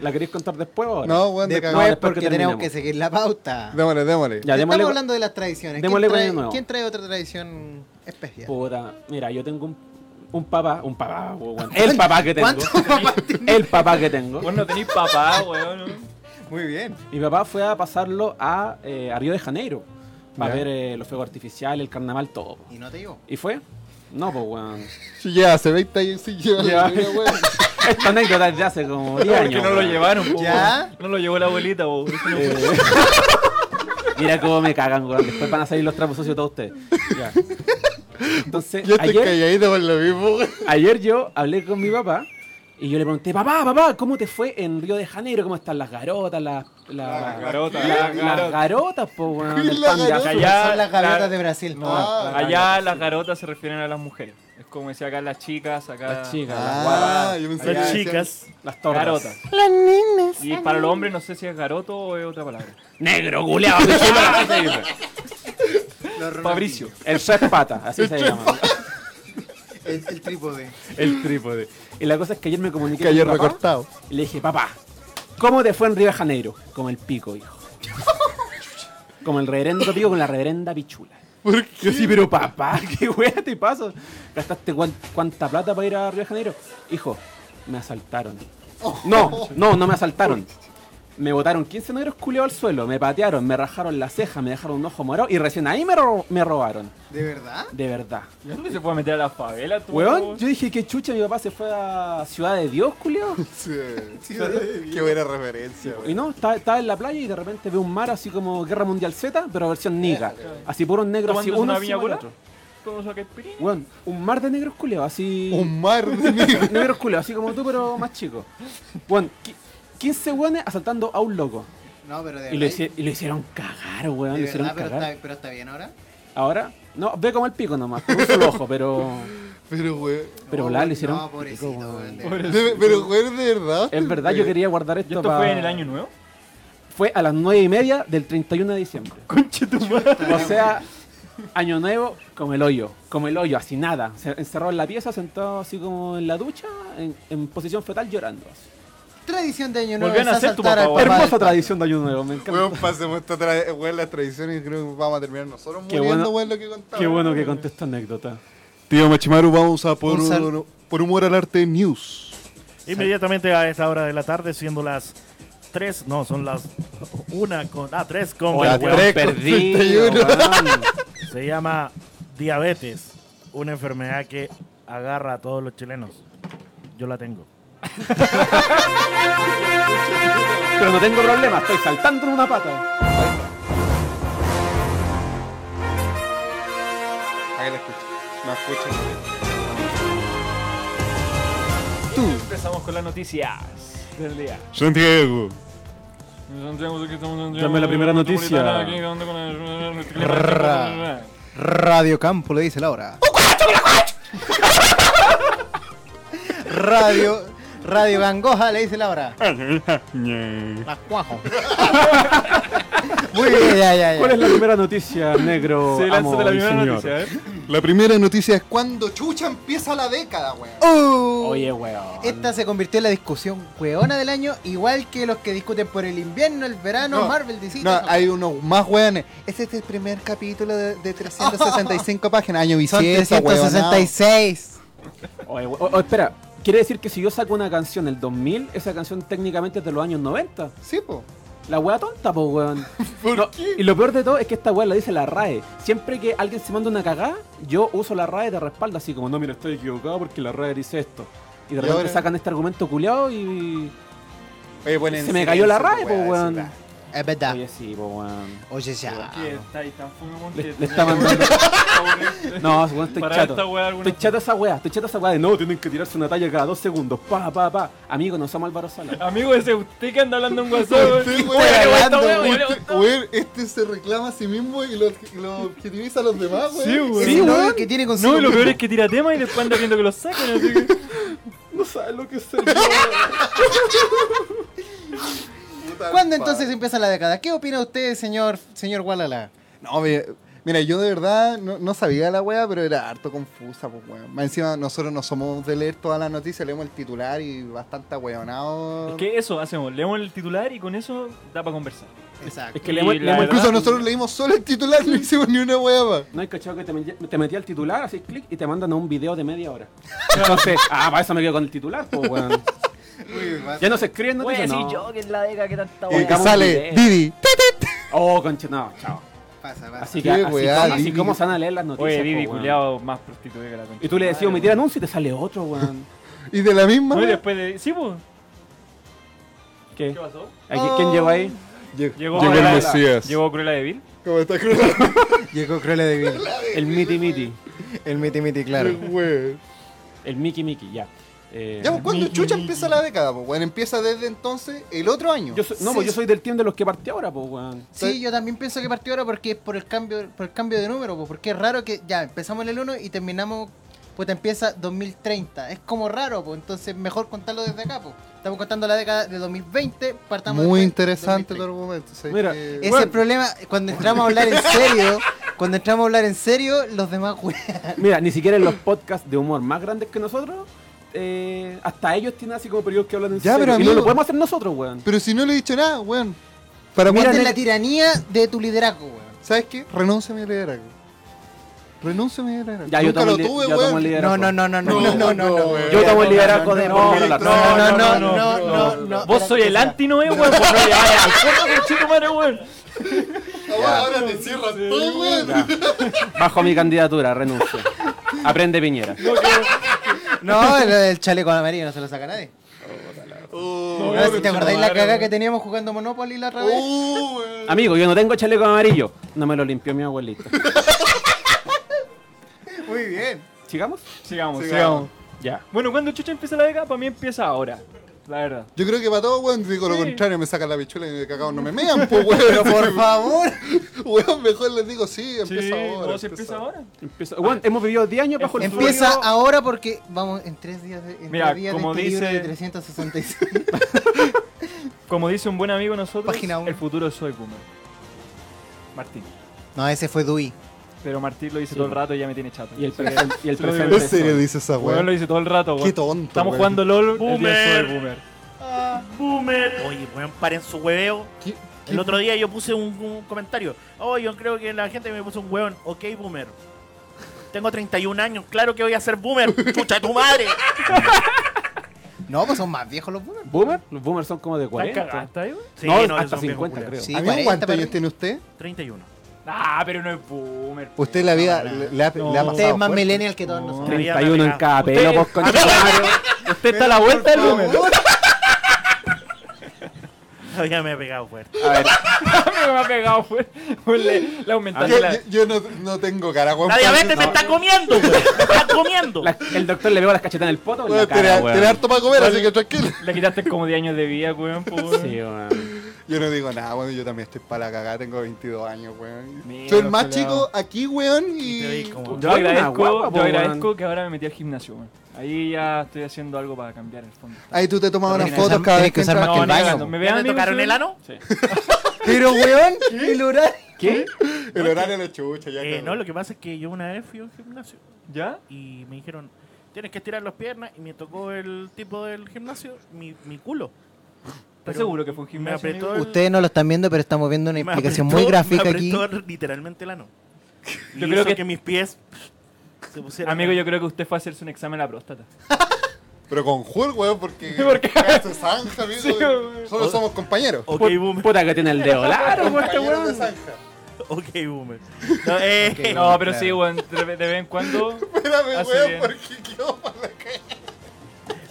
S2: ¿La queréis contar después o ahora?
S5: No, weón, de
S2: Después-
S5: cagado.
S2: después
S4: Porque
S2: que
S4: tenemos
S2: terminemos.
S4: que seguir la pauta.
S5: Démosle, démosle.
S2: Ya, démosle-
S4: Estamos hablando de las tradiciones. ¿Quién
S2: démosle con el
S4: trae,
S2: nuevo.
S4: quién trae otra tradición especial?
S2: Puta, mira, yo tengo un, un papá, un papá, weón. El papá que tengo.
S4: ¿Cuántos papás tiene?
S2: El papá que tengo.
S1: Vos no tenés papá, weón.
S4: Muy bien.
S2: Mi papá fue a pasarlo a, eh, a Río de Janeiro para
S5: Ya.
S2: ver eh, los fuegos artificiales, el carnaval, todo. po.
S4: Y no te digo.
S2: ¿Y fue? No, pues, weón.
S5: Sí, Ya, hace 20 años sí lleva
S2: Ya.
S5: la alegría, weón.
S2: Esta anécdota es de hace como 10
S1: Porque
S2: años.
S1: no lo
S2: weón.
S1: llevaron, po,
S4: ¿Ya?
S1: weón. No lo llevó la abuelita, po, por eso no fue.
S2: Eh, Mira cómo me cagan, weón. Después van a salir los trapos sucios todos ustedes. Ya. Entonces,
S5: Yo estoy
S2: ayer,
S5: calladito por lo mismo, weón.
S2: ayer yo hablé con mi papá y yo le pregunté, papá, papá, ¿cómo te fue en Río de Janeiro? ¿Cómo están las garotas, las... las-
S1: Las garotas,
S2: la-
S1: las
S2: las
S1: garotas.
S2: garotas, po, weón,
S5: ¿Qué es
S2: del
S5: la
S2: pan de
S5: garota?
S2: azúcar.
S1: Allá-
S4: Son las gaviotas
S1: la-
S4: de Brasil.
S1: No,
S5: Ah,
S1: allá las garotas se refieren a las mujeres. Es como decía acá las chicas, acá.
S2: Las chicas, las
S5: Ah,
S2: guapas,
S5: yo pensé
S1: Las
S5: que decían-
S1: chicas.
S2: las tortas.
S1: Garotas. Las niñas. Y para los hombres no sé si es garoto o es otra palabra.
S2: Negro, culeado, que chupa la pata, dice.
S1: Fabricio.
S2: El tres patas, así se llama.
S4: El, el trípode.
S2: El trípode. Y la cosa es que ayer me comuniqué
S5: Que ayer
S2: con mi papá
S5: recortado.
S2: y le dije, papá, ¿cómo te fue en Río de Janeiro? Como el pico, hijo. Como el reverendo pico con la reverenda pichula.
S5: ¿Por qué?
S2: Yo sí, pero papá, qué wea te pasa. ¿Gastaste cuan- cuánta plata para ir a Río de Janeiro? Hijo, me asaltaron. No, no, no me asaltaron. Me botaron 15 negros culeados al suelo, me patearon, me rajaron la ceja, me dejaron un ojo morado y recién ahí me, ro- me robaron.
S4: ¿De verdad?
S2: De verdad.
S1: ¿Y dónde se puede meter a la favela, tú?
S2: Weón, yo dije que chucha, mi papá se fue a Ciudad de Dios, culiao.
S5: Sí. Qué buena referencia,
S2: Y
S5: weón.
S2: no, estaba, estaba en la playa y de repente veo un mar así como Guerra Mundial Z, pero versión niga. Así puros negros, así
S1: ¿Tomándose
S2: uno
S1: una viña
S2: encima del
S1: cola?
S2: otro.
S1: ¿Cómo saca el pirín?
S2: Weón, un mar de negros culeados, así...
S5: Un mar de negro.
S2: Negros culeados, así como tú, pero más chico. Weón, qui- 15 weones asaltando a un loco.
S4: No, pero de
S2: Y lo,
S4: verdad.
S2: hici- y lo hicieron cagar, weón,
S4: de
S2: lo hicieron
S4: verdad, pero
S2: cagar.
S4: está, pero está bien ahora.
S2: Ahora, no, ve como el pico nomás, con un solo ojo, pero...
S5: Pero, weón.
S2: Pero
S4: No, pues,
S2: la
S4: no,
S2: le hicieron... pico,
S4: pobrecito,
S2: weón.
S4: weón, de verdad.
S5: de- Pero, weón, de verdad.
S2: Es verdad, yo quería guardar
S1: ¿Y
S2: esto
S1: esto fue
S2: pa-
S1: en el año nuevo?
S2: Fue fue a las 9 y media del 31 de diciembre.
S1: Conche tu madre.
S2: O sea, año nuevo, como el hoyo, como el hoyo, así nada. Se encerró en la pieza, sentado así como en la ducha, en, en posición fetal, llorando. así.
S4: Tradición de año nuevo.
S1: Volvían a
S4: es
S1: hacer tu
S4: asaltar al
S1: papá,
S4: papá
S2: Hermosa
S4: del-
S2: tradición de año nuevo, me encanta.
S5: Weón, pasemos esta tra- weón, las tradiciones y creo que vamos a terminar nosotros
S2: Qué
S5: muriendo,
S2: bueno-
S5: weón, lo que contamos.
S2: Qué bueno que conté esta anécdota.
S5: Tío Machimaru, vamos a por,
S4: Un sal-
S5: por humor al arte news.
S3: Inmediatamente a esta hora de la tarde, siendo las 3, no, son las 1 con. Ah, 3 con.
S5: Oye,
S3: veinte.
S5: weón. perdido,
S3: Se llama diabetes, una enfermedad que agarra a todos los chilenos. Yo la tengo.
S2: Pero no tengo problema, estoy saltando en una pata.
S5: Ahí la escucho. No escucho.
S1: Empezamos con las noticias del día.
S5: Santiago.
S2: Dame la primera noticia.
S4: Radio Campo le dice Laura. Radio Radio Gangoja Oh, le dice Laura. La cuajo. Muy bien, ya, ya,
S2: ¿Cuál
S4: ya.
S2: es la primera noticia, negro?
S1: Se lanza
S2: amo
S1: Eh. la
S2: y
S1: primera
S2: señor?
S1: noticia, ¿eh? a ver.
S5: La primera noticia es cuando Chucha empieza la década, weón.
S4: Uh,
S2: Oye, weón.
S4: Esta se convirtió en la discusión hueona del año, igual que los que discuten por el invierno, el verano,
S5: No,
S4: Marvel, DC.
S5: No,
S4: todo eso.
S5: hay unos más weones. Este es el primer capítulo de, de 365 páginas, año
S4: Son
S5: bisiesto, weón.
S4: 366.
S2: Oye, we- o- o, espera, quiere decir que si yo saco una canción el 2000, esa canción técnicamente es de los años 90.
S5: Sí, po.
S2: La wea tonta, po, weón.
S5: ¿Por
S2: No,
S5: qué?
S2: Y lo peor de todo es que esta wea la dice la RAE. Siempre que alguien se manda una cagada, yo uso la RAE de respaldo, así como, no, mira, estoy equivocado porque la RAE dice esto. Y de repente
S5: ahora?
S2: sacan este argumento culiado y.
S5: Oye, ponen
S2: Se me cayó la
S5: silencio,
S2: RAE, po, weón.
S5: así,
S4: Es verdad.
S2: Oye, sí, po, weón.
S4: Oye, ya.
S1: Que está ahí tan fome, weón,
S2: Le-
S1: que
S2: le
S1: tenía
S2: está
S1: que-
S2: mandando- No, weón, estoy
S1: Para
S2: chato.
S1: esta weá alguna-
S2: Estoy chato de esa wea, estoy chato de esa wea de no, tienen que tirarse una talla cada dos segundos. Pa, pa, pa. Amigo, no somos Álvaro Sala.
S1: Amigo, ese usted que anda hablando en WhatsApp.
S5: Usted,
S1: Este weón.
S5: weón,
S1: esta
S5: hablando,
S1: weá, weón,
S5: usted-
S1: esta-
S5: weón, este se reclama a sí mismo y lo, y lo objetiviza a los demás, weón.
S1: Sí, weón.
S4: Ese
S1: Sí,
S4: novio
S1: weón.
S4: que tiene consigo
S1: No, y lo peor
S4: mismo.
S1: es que tira tema y después anda viendo que lo sacan. así que-
S2: No sabes lo que es
S5: Puta madre.
S4: ¿Cuándo entonces em- empieza la década? ¿Qué opina usted, señor, señor Walala?
S5: No, mira, mira, yo de verdad no, no sabía la wea, pero era harto confusa, pues weón. Más encima nosotros no somos de leer todas las noticias, leemos el titular y bastante weonado.
S1: Es que eso hacemos, leemos el titular y con eso da para conversar.
S4: Exacto.
S2: Es que le hemos,
S1: Y
S2: le
S1: la
S2: hemos-
S5: Incluso nosotros leímos solo el titular, no hicimos ni una wea más.
S2: No hay cachado que te, metí- te metí al titular, haces clic y te mandan a un video de media hora. Entonces, ah, para eso me quedo con el titular, pues, weón. Ya no se escriben
S6: Voy a
S2: noticias,
S6: decir
S2: no.
S6: yo que es la década que tanta
S5: Y que
S2: Publicamos
S5: sale
S2: un video.
S5: Didi.
S2: Oh, conche, no, chao.
S4: Pasa, pasa.
S2: Así
S5: Qué
S2: que, así,
S5: weá,
S2: como- así
S5: Didi.
S2: como se van a leer las noticias,
S1: Oye, Didi,
S2: po, weón.
S1: culiao, más prostituido que la concha.
S2: Y tú le decías,
S1: Madre,
S2: omitir anuncio y te sale otro, weón.
S5: Y de la misma.
S1: No, y
S5: wea.
S1: después de. Sí, pues.
S2: ¿Qué?
S1: ¿Qué pasó?
S2: ¿A qui-
S5: Oh.
S2: ¿Quién llegó ahí?
S5: Llegó,
S1: Llegó,
S5: llegó el
S1: Cruella-
S5: Mesías.
S1: Llegó Cruella de Vil.
S5: ¿Cómo está Cruella?
S4: Llegó Cruella de Vil.
S2: El Miti Miti.
S4: El miti miti, claro.
S5: Weón.
S2: El Miki Miki, ya. Eh,
S5: Ya, pues, ¿cuándo chucha empieza la década? Pues, bueno, empieza desde entonces el otro año.
S2: yo soy- no,
S5: Sí,
S2: pues yo soy del team de los que partí ahora, pues, weón.
S4: Sí, yo también pienso que partió ahora porque es por el cambio, por el cambio de número, po, porque es raro que ya empezamos en el 1 y terminamos, pues te empieza 2030. Es como raro, pues entonces mejor contarlo desde acá, pues. Estamos contando la década de 2020, partamos
S5: Muy
S4: después de
S5: interesante tu
S4: 2030.
S5: argumento. ¿sabes
S2: Mira,
S5: qué?
S4: Ese es el
S2: Bueno.
S4: problema, cuando entramos a hablar en serio, cuando entramos a hablar en serio, los demás wean.
S2: Mira, ni siquiera en los podcasts de humor más grandes que nosotros, eh, hasta ellos tienen así como periodos que hablan en
S5: Ya,
S2: serio.
S5: pero
S2: y no
S5: amigo-
S2: lo podemos hacer nosotros, weón.
S5: Pero si no le he dicho nada, weón. Para
S4: Esta
S5: cuándo-
S4: es la tiranía de tu liderazgo, weón.
S5: ¿Sabes qué? Renuncio a mi liderazgo. Renuncio a mi liderazgo.
S2: Ya, yo
S5: Nunca
S2: tomo
S5: lo
S2: el li-
S5: tuve,
S2: yo tomo el
S5: weón.
S2: liderazgo.
S4: No, no, no, no, no, no, no, no.
S5: weón.
S2: Yo tomo el liderazgo de
S1: no,
S2: por
S1: no,
S2: la-
S5: no,
S2: no,
S4: no, no,
S1: no,
S4: no, no, no.
S1: Vos soy el anti no weón. Pues no le vayas al fondo, con chico madre, weón.
S5: Ahora, ahora te cierras todo, weón.
S2: ya. Bajo mi candidatura, renuncio. Aprende Piñera.
S4: No, el, el chaleco amarillo no se lo saca nadie.
S5: Oh,
S4: No, si te
S1: concha
S4: acordáis la
S1: madre,
S4: cagada
S1: weón.
S4: que teníamos jugando Monopoly la otra
S3: Uh,
S4: vez.
S5: oh, weón.
S2: Amigo, yo no tengo chaleco amarillo. No me lo limpió mi abuelito.
S5: Muy bien.
S2: ¿Sigamos?
S1: Sigamos, sigamos.
S5: Sigamos.
S2: Ya.
S1: Bueno, cuando Chucha empieza la década, para mí empieza ahora. La verdad.
S5: Yo creo que para todo, weón, digo lo
S1: Sí.
S5: contrario, me sacan la pichula y me cagado no me mean, pues, weón. Pero por favor. Weón, mejor les digo, sí, empieza
S1: sí,
S5: ahora.
S1: no, si empieza ahora.
S2: Empiezo- Pues, Weón, hemos vivido 10 años bajo el
S4: Empieza
S2: suelo.
S4: ahora porque vamos en tres días de, en
S1: Mira,
S4: tres días de
S1: como
S4: este libro
S1: dice-
S4: de 366.
S1: Como dice un buen amigo de nosotros,
S4: Página uno.
S1: el futuro soy boomer. Martín.
S4: No, ese fue Dewey.
S1: Pero Martín lo dice
S2: Sí.
S1: todo el rato y ya me tiene chato.
S2: Y el,
S1: Sí.
S2: presen- y el
S1: Se lo digo.
S2: presente.
S5: ¿En serio
S2: soy.
S5: dice esa
S1: Weón lo
S5: weón?
S1: dice todo el rato, weón.
S5: Qué tonto.
S1: Estamos
S5: weón.
S1: jugando LOL, El
S3: Boomer.
S1: día soy boomer.
S3: Boomer. Oye, weón, paren su hueveo.
S5: ¿Qué-
S3: El otro día yo puse un, un comentario. Oh, yo creo que la gente me puso un hueón. Ok, boomer. Tengo 31 años, claro que voy a ser boomer. ¡Chucha tu madre!
S4: No, pues son más viejos los boomers.
S2: ¿Boomer? Los boomers son como de
S1: ¿Estás
S2: 40.
S1: cagado, está ahí, weón?
S3: Sí,
S2: no,
S3: yo
S2: hasta
S3: soy un viejo
S2: 50
S3: culiao.
S2: creo.
S4: Sí,
S5: Amigo, ¿cuántos
S4: 40,
S5: años tiene usted?
S3: 31.
S1: Ah, pero no es boomer. po.
S5: Usted la vida
S3: no,
S5: le, le ha,
S1: no.
S5: le ha pasado
S4: Usted es más
S5: fuerte.
S4: millennial que todos
S1: No.
S4: nosotros.
S2: 31 en cada
S1: Usted-
S2: pelo, pues, vos conchetumare.
S1: Usted está a la vuelta del boomer.
S3: Todavía me he pegado fuerte.
S2: A ver,
S1: me ha pegado, weón. Weón, Le, le aumentaste la...
S5: Yo, yo- yo no, no tengo cara, weón.
S3: La diabetes me
S5: No.
S3: está comiendo, weón. Me está comiendo.
S2: la- el doctor le veo las cachetas en el poto. en la
S5: Weón,
S2: cara,
S5: tiene-
S2: weón.
S5: tiene harto para comer,
S1: Weón.
S5: así que tranquilo.
S1: Le quitaste como 10 años de vida, weón. po, weón.
S2: Sí, weón.
S5: Yo no digo nada, weón. Yo también estoy para la cagada. Tengo 22 años, weón.
S1: Mira,
S5: Soy el más
S1: culiao.
S5: chico aquí, weón.
S3: Y te
S5: Y.
S3: veis
S1: Yo
S3: como-
S2: Yo era una
S1: agradezco,
S2: guapa, po,
S1: yo
S2: weón.
S1: agradezco que ahora me metí al gimnasio, weón. Ahí ya estoy haciendo algo para cambiar el fondo.
S5: Ahí tú te tomas
S4: Pero
S5: unas
S4: tienes que
S5: fotos
S4: usar-
S5: cada vez
S4: tienes
S5: que
S4: que usar
S5: entras al
S4: más que el
S5: baño.
S4: baño.
S1: me
S5: weón.
S1: vean
S3: ¿Ya
S1: a
S3: te
S1: mí,
S3: tocaron
S1: weón.
S3: el ano?
S1: Sí.
S5: Pero, weón.
S4: El horario.
S2: ¿Qué?
S5: El horario de la chucha, ya.
S3: Eh,
S5: cabrón.
S3: no, lo que pasa es que yo una vez fui a un gimnasio
S1: ¿Ya?
S3: y me dijeron, tienes que estirar las piernas y me tocó el tipo del gimnasio, mi, mi culo.
S1: ¿Estás seguro que fue un
S3: Me
S1: gimnasio?
S3: apretó
S1: amigo?
S3: el-
S4: Ustedes no lo están viendo, pero estamos viendo una
S3: me
S4: explicación
S3: apretó-
S4: muy gráfica
S3: me
S4: aquí.
S3: apretó literalmente el ano. Y
S1: Yo creo
S3: hizo
S1: que-
S3: que... mis pies se pusieron...
S1: Amigo, yo creo que usted fue a hacerse un examen a la próstata.
S5: Pero con Hulk, weón, porque.
S1: ¿Por qué?
S5: Se zanja, amigo.
S1: Sí, weón.
S5: Solo somos compañeros.
S3: Ok,
S2: Put-
S3: boomer.
S2: Puta que tiene el dedo largo, weón, este
S5: Compañeros de
S2: weón.
S5: zanja.
S3: Ok, boomer. No, eh,
S1: No, pero sí, weón. De, de vez en cuando.
S5: Espérame,
S1: Hace
S5: weón,
S1: bien.
S5: porque quedó para la calle.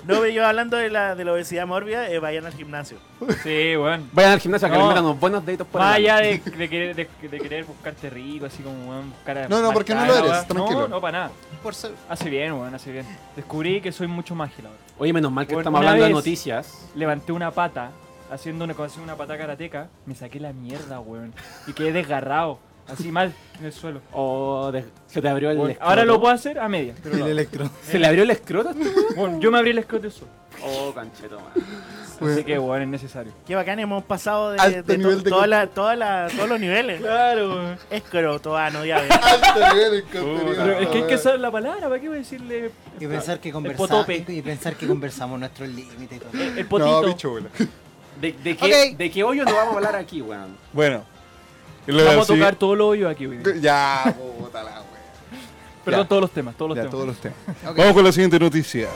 S3: no, yo hablando de la, de la obesidad mórbida, eh, vayan al gimnasio.
S1: Sí, weón.
S2: Vayan al gimnasio a que
S1: No.
S2: le metan unos buenos deditos por el
S1: Más
S2: ano.
S1: allá de, de querer, de- de querer buscarte rico, así como, weón, buscar a.
S5: No, no, porque no lo
S1: marcar,
S5: eres,
S1: weón.
S5: tranquilo.
S1: No, no, para nada.
S4: Por ser-
S1: Hace bien, weón, hace bien. Descubrí que soy mucho más ágil ahora.
S2: Oye, menos mal que
S1: Bueno,
S2: estamos
S1: una
S2: hablando de
S1: vez-
S2: noticias.
S1: levanté una pata haciendo una, haciendo una pata karateca, me saqué la mierda, weón. Y quedé desgarrado, así mal, en el suelo.
S2: O de- se te abrió el
S1: Weón,
S2: escroto.
S1: ahora lo puedo hacer a media. Pero
S4: El
S1: lo hago.
S4: electro.
S2: ¿Se le abrió el escroto? a este weón?
S1: Weón, yo me abrí el escote solo.
S2: Oh, cancheto, man.
S1: Así que, weón, es necesario.
S3: Qué bacán, hemos pasado de,
S5: Alto
S3: de to-
S5: nivel de-
S3: toda la- toda la- todos los niveles.
S1: Claro, weón.
S3: Escroto, ano, diabetes.
S5: Alto nivel en contenido,
S1: Pero es que hay que
S5: weón.
S1: saber la palabra, ¿para qué voy a decirle
S4: Y pensar que conversamos.
S1: potope.
S4: Y pensar que conversamos nuestros límites y todo.
S1: el
S5: No,
S1: potito?
S5: bicho, weón.
S2: ¿De, de qué,
S4: Ok.
S2: ¿De qué hoyo no vamos a hablar aquí, weón?
S5: Bueno.
S1: Vamos a tocar todos los hoyos aquí, weón.
S5: Ya, puta la wea.
S1: Perdón,
S5: ya.
S1: todos los temas, todos los
S5: Ya,
S1: temas.
S5: todos los temas.
S4: Ok.
S5: Vamos con la siguiente noticia.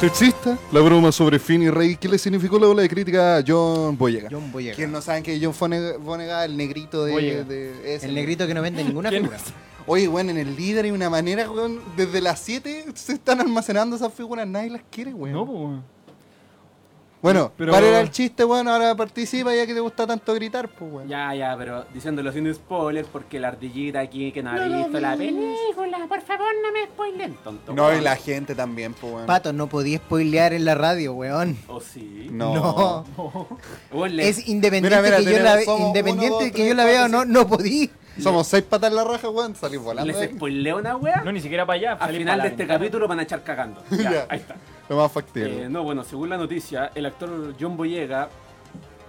S5: Sexista, la broma sobre Finney Rey. ¿Qué le significó la ola de crítica a John Boyega?
S4: John Boyega.
S5: Quien no saben que John Fone- Bonega, el negrito de.
S1: Boyega.
S5: de- es
S4: El negrito que no vende ninguna
S1: ¿Quién?
S4: figura.
S5: Oye, weón, en el líder hay una manera, weón. Desde las 7 se están almacenando esas figuras, nadie las quiere, weón.
S1: No, pues, weón.
S5: bueno,
S1: pero-
S5: ¿cuál era el chiste, weón? Ahora participa ya que te gusta tanto gritar, pues, weón.
S2: Ya, ya, pero diciéndolo sin spoilers porque la ardillita aquí que no ha visto la película, por favor no me spoilen, tonto.
S5: No, y
S2: weón.
S5: la gente también, pues, weón.
S4: Pato, no podía spoilear en la radio, weón.
S2: ¿O Oh, sí?
S5: No.
S4: No.
S2: Weón, le-
S4: Es independiente
S5: Mira, mira,
S4: que yo
S5: tenemos-
S4: la, ve-
S5: somos
S4: independiente
S5: uno, dos,
S4: que
S5: tres,
S4: yo la vea o
S5: cuatro,
S4: no, no podí.
S5: Somos seis patas en la raja, weón. Salís volando. eh. de
S2: les
S5: ahí.
S2: spoileo una wea.
S1: No, ni siquiera para allá.
S2: Al
S1: salí
S2: final
S1: para
S2: de
S1: la
S2: este
S1: ventana.
S2: capítulo van a echar cagando.
S5: Ya.
S2: Ya, ahí está.
S5: Lo más
S2: Eh,
S5: factible.
S2: no, bueno, según la noticia, el actor John Boyega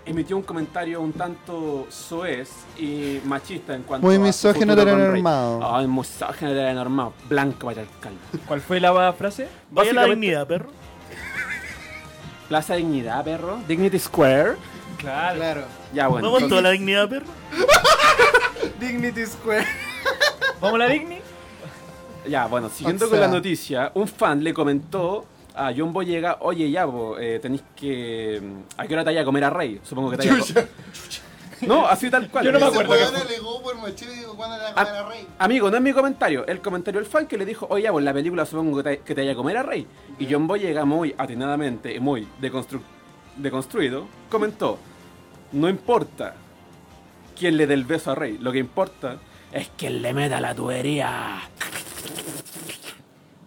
S2: emitió un comentario un tanto soez y machista en cuanto
S5: Muy
S2: a su
S5: misógino
S2: futuro con
S5: heteronormado.
S2: Rey. Ah, misógino heteronormado. Blanco para el calma.
S1: ¿Cuál fue la frase?
S3: Vaya la
S2: Básicamente-
S3: dignidad, perro.
S2: Plaza Dignidad, perro. Dignity Square.
S1: Claro.
S4: Claro.
S2: Ya, bueno.
S3: Vamos toda la dignidad, perro.
S4: Dignity Square.
S1: ¿Vamos a la Digni?
S2: Ya, bueno, siguiendo
S5: O
S2: con la
S5: sea.
S2: noticia, un fan le comentó a John Boyega, oye, ya, bo, eh, tenéis que... mm, ¿A qué hora te vaya a comer a Rey? Supongo que te vaya a comer. No, así tal cual.
S1: Yo no me
S5: Ese
S1: acuerdo
S5: weón
S1: que-
S5: alegó por machete y dijo, ¿cuándo le va a
S2: Ah.
S5: comer a Rey?
S2: Amigo, no es mi comentario. El comentario del fan que le dijo, oye, ya, pues la película supongo que te, que te vaya a comer a Rey. Y John Boyega, muy atinadamente, y muy deconstru- deconstruido, comentó, no importa quién le dé el beso a Rey, lo que importa es que le meta la tubería.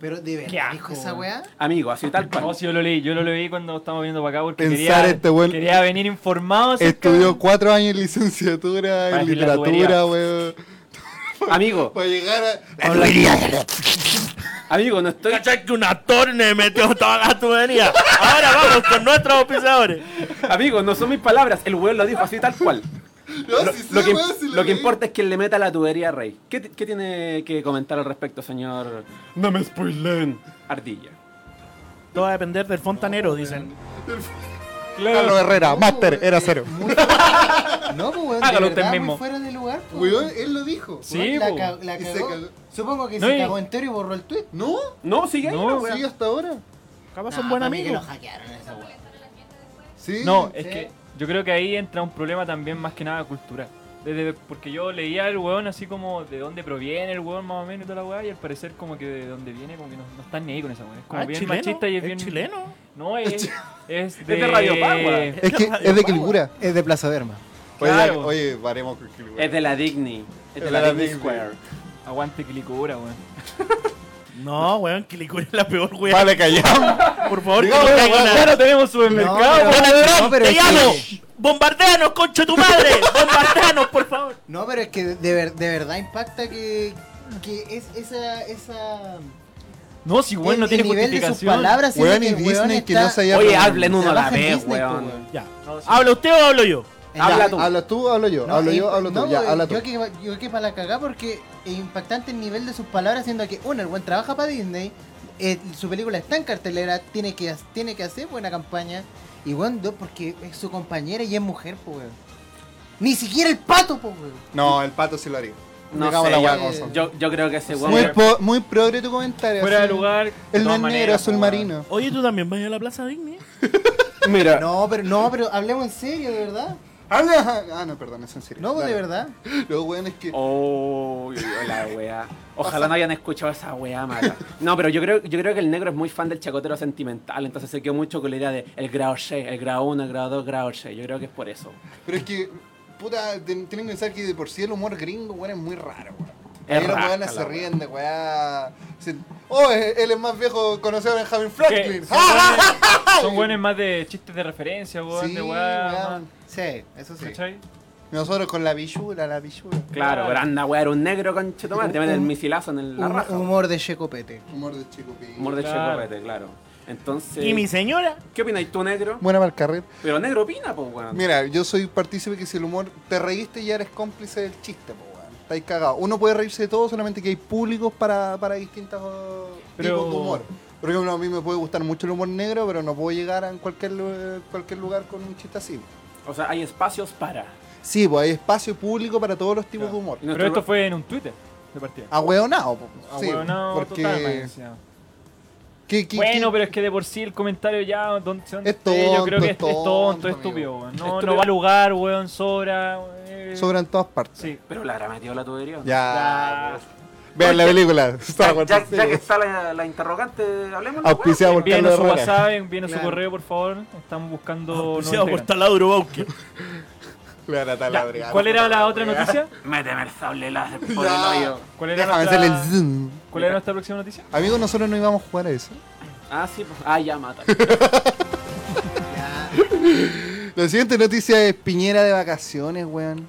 S4: Pero de verdad,
S1: Qué asco,
S4: dijo esa weá.
S2: Amigo, así tal cual.
S1: No, si yo lo leí, yo lo leí cuando estábamos viendo para acá porque
S5: Pensar
S1: quería,
S5: este buen-
S1: quería venir informado. acerca-
S5: Estudió cuatro años en licenciatura,
S1: Para
S5: en
S1: decir la
S5: literatura, weón.
S2: Amigo,
S5: Para llegar a.
S2: amigo, no estoy.
S3: ¿Cachai que un actor me metió toda la tubería? Ahora vamos con nuestros auspiciadores.
S2: Amigo, no son mis palabras. El weón lo dijo así tal cual.
S5: No,
S2: Lo,
S5: sí, sí,
S2: lo que,
S5: weón, sí
S2: lo que
S5: leí.
S2: importa es que le meta la tubería a Rey. ¿Qué, ti- qué tiene que comentar al respecto, señor? No me spoilen. Ardilla.
S3: Todo va a depender del fontanero, dicen.
S5: Carlos Herrera, Master, era cero.
S4: No, pues, weón, de
S1: Hágalo usted
S4: verdad, muy
S1: mismo.
S4: fuera de lugar, pues,
S5: Weón, él lo dijo.
S1: Sí, pues.
S4: weón. la,
S1: po.
S4: ca- la
S5: Y se
S4: cagó.
S5: cagó.
S4: Supongo que
S1: No,
S4: se
S1: y-
S4: cagó entero y borró el tweet.
S5: ¿No?
S2: No, sigue ahí,
S1: No,
S2: la wea.
S5: ¿Sigue hasta ahora?
S3: Capaz
S4: Nah,
S3: son buen
S4: para mí Ah, que
S3: amigo.
S4: lo hackearon esa weá.
S5: Sí.
S1: No, es
S4: Sí.
S1: que yo creo que ahí entra un problema también más que nada cultural. Desde, porque yo leía el weón así como de dónde proviene el weón más o menos y toda la weá y al parecer como que de dónde viene como que no, no están ni ahí con esa weá. Es como
S3: Ah,
S1: bien
S3: chileno,
S1: machista y es bien...
S3: chileno.
S1: No, es, es de...
S2: de Radio Power.
S5: Es que es de Kilgura.
S4: Es de Plaza Derma.
S5: Oye,
S1: Claro.
S5: oye, varemos con Kilgura.
S2: Es de la Digni. Es de la, Digni Square.
S1: Aguante que licora, weón.
S3: No, weón, Quilicura es la peor weón.
S5: Vale, callamos.
S3: Por favor, que no
S5: Digamos,
S3: caiga
S5: weón,
S3: nada.
S1: Ya no tenemos supermercado.
S4: No,
S3: Donald Trump,
S4: pero
S3: te
S4: es
S3: llamo.
S4: que-
S3: Bombardeanos, concho tu madre. Bombardeanos, por favor.
S4: No, pero es que de, ver- de verdad impacta que, que es esa... esa...
S1: no, si weón no
S4: el-
S1: tiene
S4: el nivel de sus
S1: justificación.
S4: palabras. siendo
S5: Weón, y
S4: el
S5: Disney que
S4: está-
S5: no se haya.
S2: Oye,
S5: reunido.
S2: hablen uno a la
S4: trabaja en
S2: vez,
S4: Disney, po,
S2: weón.
S4: weón.
S3: Ya.
S1: No, sí.
S3: Ah, ¿Habla usted o hablo yo?
S4: En
S2: Habla
S4: la-
S2: tú.
S5: Habla tú, hablo yo.
S4: No,
S5: hablo
S4: es
S5: yo,
S4: impa-
S5: hablo tú.
S4: no,
S5: Ya,
S4: yo-
S5: habla tú.
S4: Yo que, yo que para la cagá porque es impactante el nivel de sus palabras, siendo que, uno, el buen trabaja para Disney, eh, su película está en cartelera, tiene que, tiene que hacer buena campaña, y bueno, dos, porque es su compañera y es mujer, pues, weón. Ni siquiera el pato, pues, weón.
S5: No, el pato sí lo haría.
S2: No
S5: Digamos
S2: sé,
S5: la
S2: yo-
S5: weá como son.
S2: Yo, yo creo que ese weón.
S5: Muy, po- muy progre tu comentario.
S1: Fuera de
S5: así.
S1: lugar. de
S5: Él no es
S1: todas
S5: negro,
S1: maneras,
S5: azul
S1: weón.
S5: marino.
S3: Oye, tú también vas a la Plaza Digni.
S2: Mira,
S4: No, pero no, pero hablemos en serio, de verdad.
S5: Habla- Ah, no, perdón, es en serio.
S4: No, pues, de
S5: Dale.
S4: verdad.
S5: Lo bueno es que.
S2: Oh, la weá. Ojalá no hayan escuchado esa weá mala. No, pero yo creo, yo creo que el negro es muy fan del chacotero sentimental, entonces se quedó mucho con la idea de el grado G, el grado 1, el grado 2, grado G. Yo creo que es por eso.
S5: Pero es que, puta, ten- tienen que pensar que de por sí el humor gringo, weón, es muy raro, weón.
S2: Es
S5: Ahí los
S2: raja
S5: weones
S2: la
S5: se ríen de weá. Se- Oh, eh, él es más viejo conocido en Benjamin
S1: Que
S5: Franklin.
S1: son,
S5: ¡Ah!
S1: buenos, son buenos más de chistes de referencia, weón.
S5: Sí,
S1: de weá.
S5: weón.
S4: Sí, eso sí.
S1: ¿Cachai?
S5: Nosotros con la bichula, la bichula.
S2: Claro,
S1: Claro.
S2: pero anda, weá, era un negro con te meten el misilazo en el- la
S4: Un-
S2: raja.
S4: humor de Checopete.
S5: Humor de chico pi.
S2: Humor de
S1: Claro.
S2: chacopete, claro. Entonces,
S3: Y mi señora.
S2: ¿qué opináis tú, negro?
S5: Buena para el carril.
S2: Pero negro opina, pues, weón.
S5: Mira, yo soy partícipe que si el humor te reíste ya eres cómplice del chiste, po, weón. Estáis cagados. Uno puede reírse de todo, solamente que hay públicos para, para distintos oh,
S1: Pero-
S5: tipos de humor. Por ejemplo, a mí me puede gustar mucho el humor negro, pero no puedo llegar a en cualquier, lu- cualquier lugar con un chiste así.
S2: O sea, hay espacios para.
S5: Sí, pues hay espacio público para todos los tipos de humor.
S2: Y
S1: Pero
S2: nuestro-
S1: esto fue en un Twitter de partida.
S5: Ahueonado, po. Sí,
S1: Ahueonado
S5: porque...
S1: total, man, encima.
S5: ¿Qué- qué-
S1: Bueno,
S5: qué-
S1: pero es que de por sí el comentario ya. don- son-
S5: Es
S1: sí, yo
S5: tonto,
S1: creo que
S5: es
S1: es, es tonto,
S5: tonto,
S1: es estúpido,
S5: amigo.
S1: weón. No,
S2: Estúpido.
S1: no va a lugar, weón, sobra. eh,
S5: Sobra en todas partes.
S1: Sí.
S2: Pero la habrá metido la tubería. ¿o no?
S5: Ya. Vean la película. Star
S2: Ya,
S5: Wars,
S2: ya-
S5: sí.
S2: ya que está la, la interrogante, hablemos.
S5: Auspiciado por
S1: Envíenos su
S5: Carlos Herrera.
S1: WhatsApp, envíenos su
S4: Claro.
S1: correo, por favor. Estamos buscando. nuevos
S3: Se va por
S1: integrantes.
S3: taladro Bauque.
S5: Clara
S1: Ya,
S5: Taladriana.
S1: ¿Cuál era la otra noticia?
S2: Méteme el sable láser por
S5: Ya.
S2: el hoyo.
S1: ¿Cuál era,
S5: Déjame hacerle el
S1: nuestra,
S5: zoom.
S1: ¿Cuál era nuestra próxima noticia?
S5: Amigos, nosotros no íbamos a jugar a eso.
S2: Ah, sí, pues. Ah, ya mata.
S5: La siguiente noticia es Piñera de vacaciones, weón.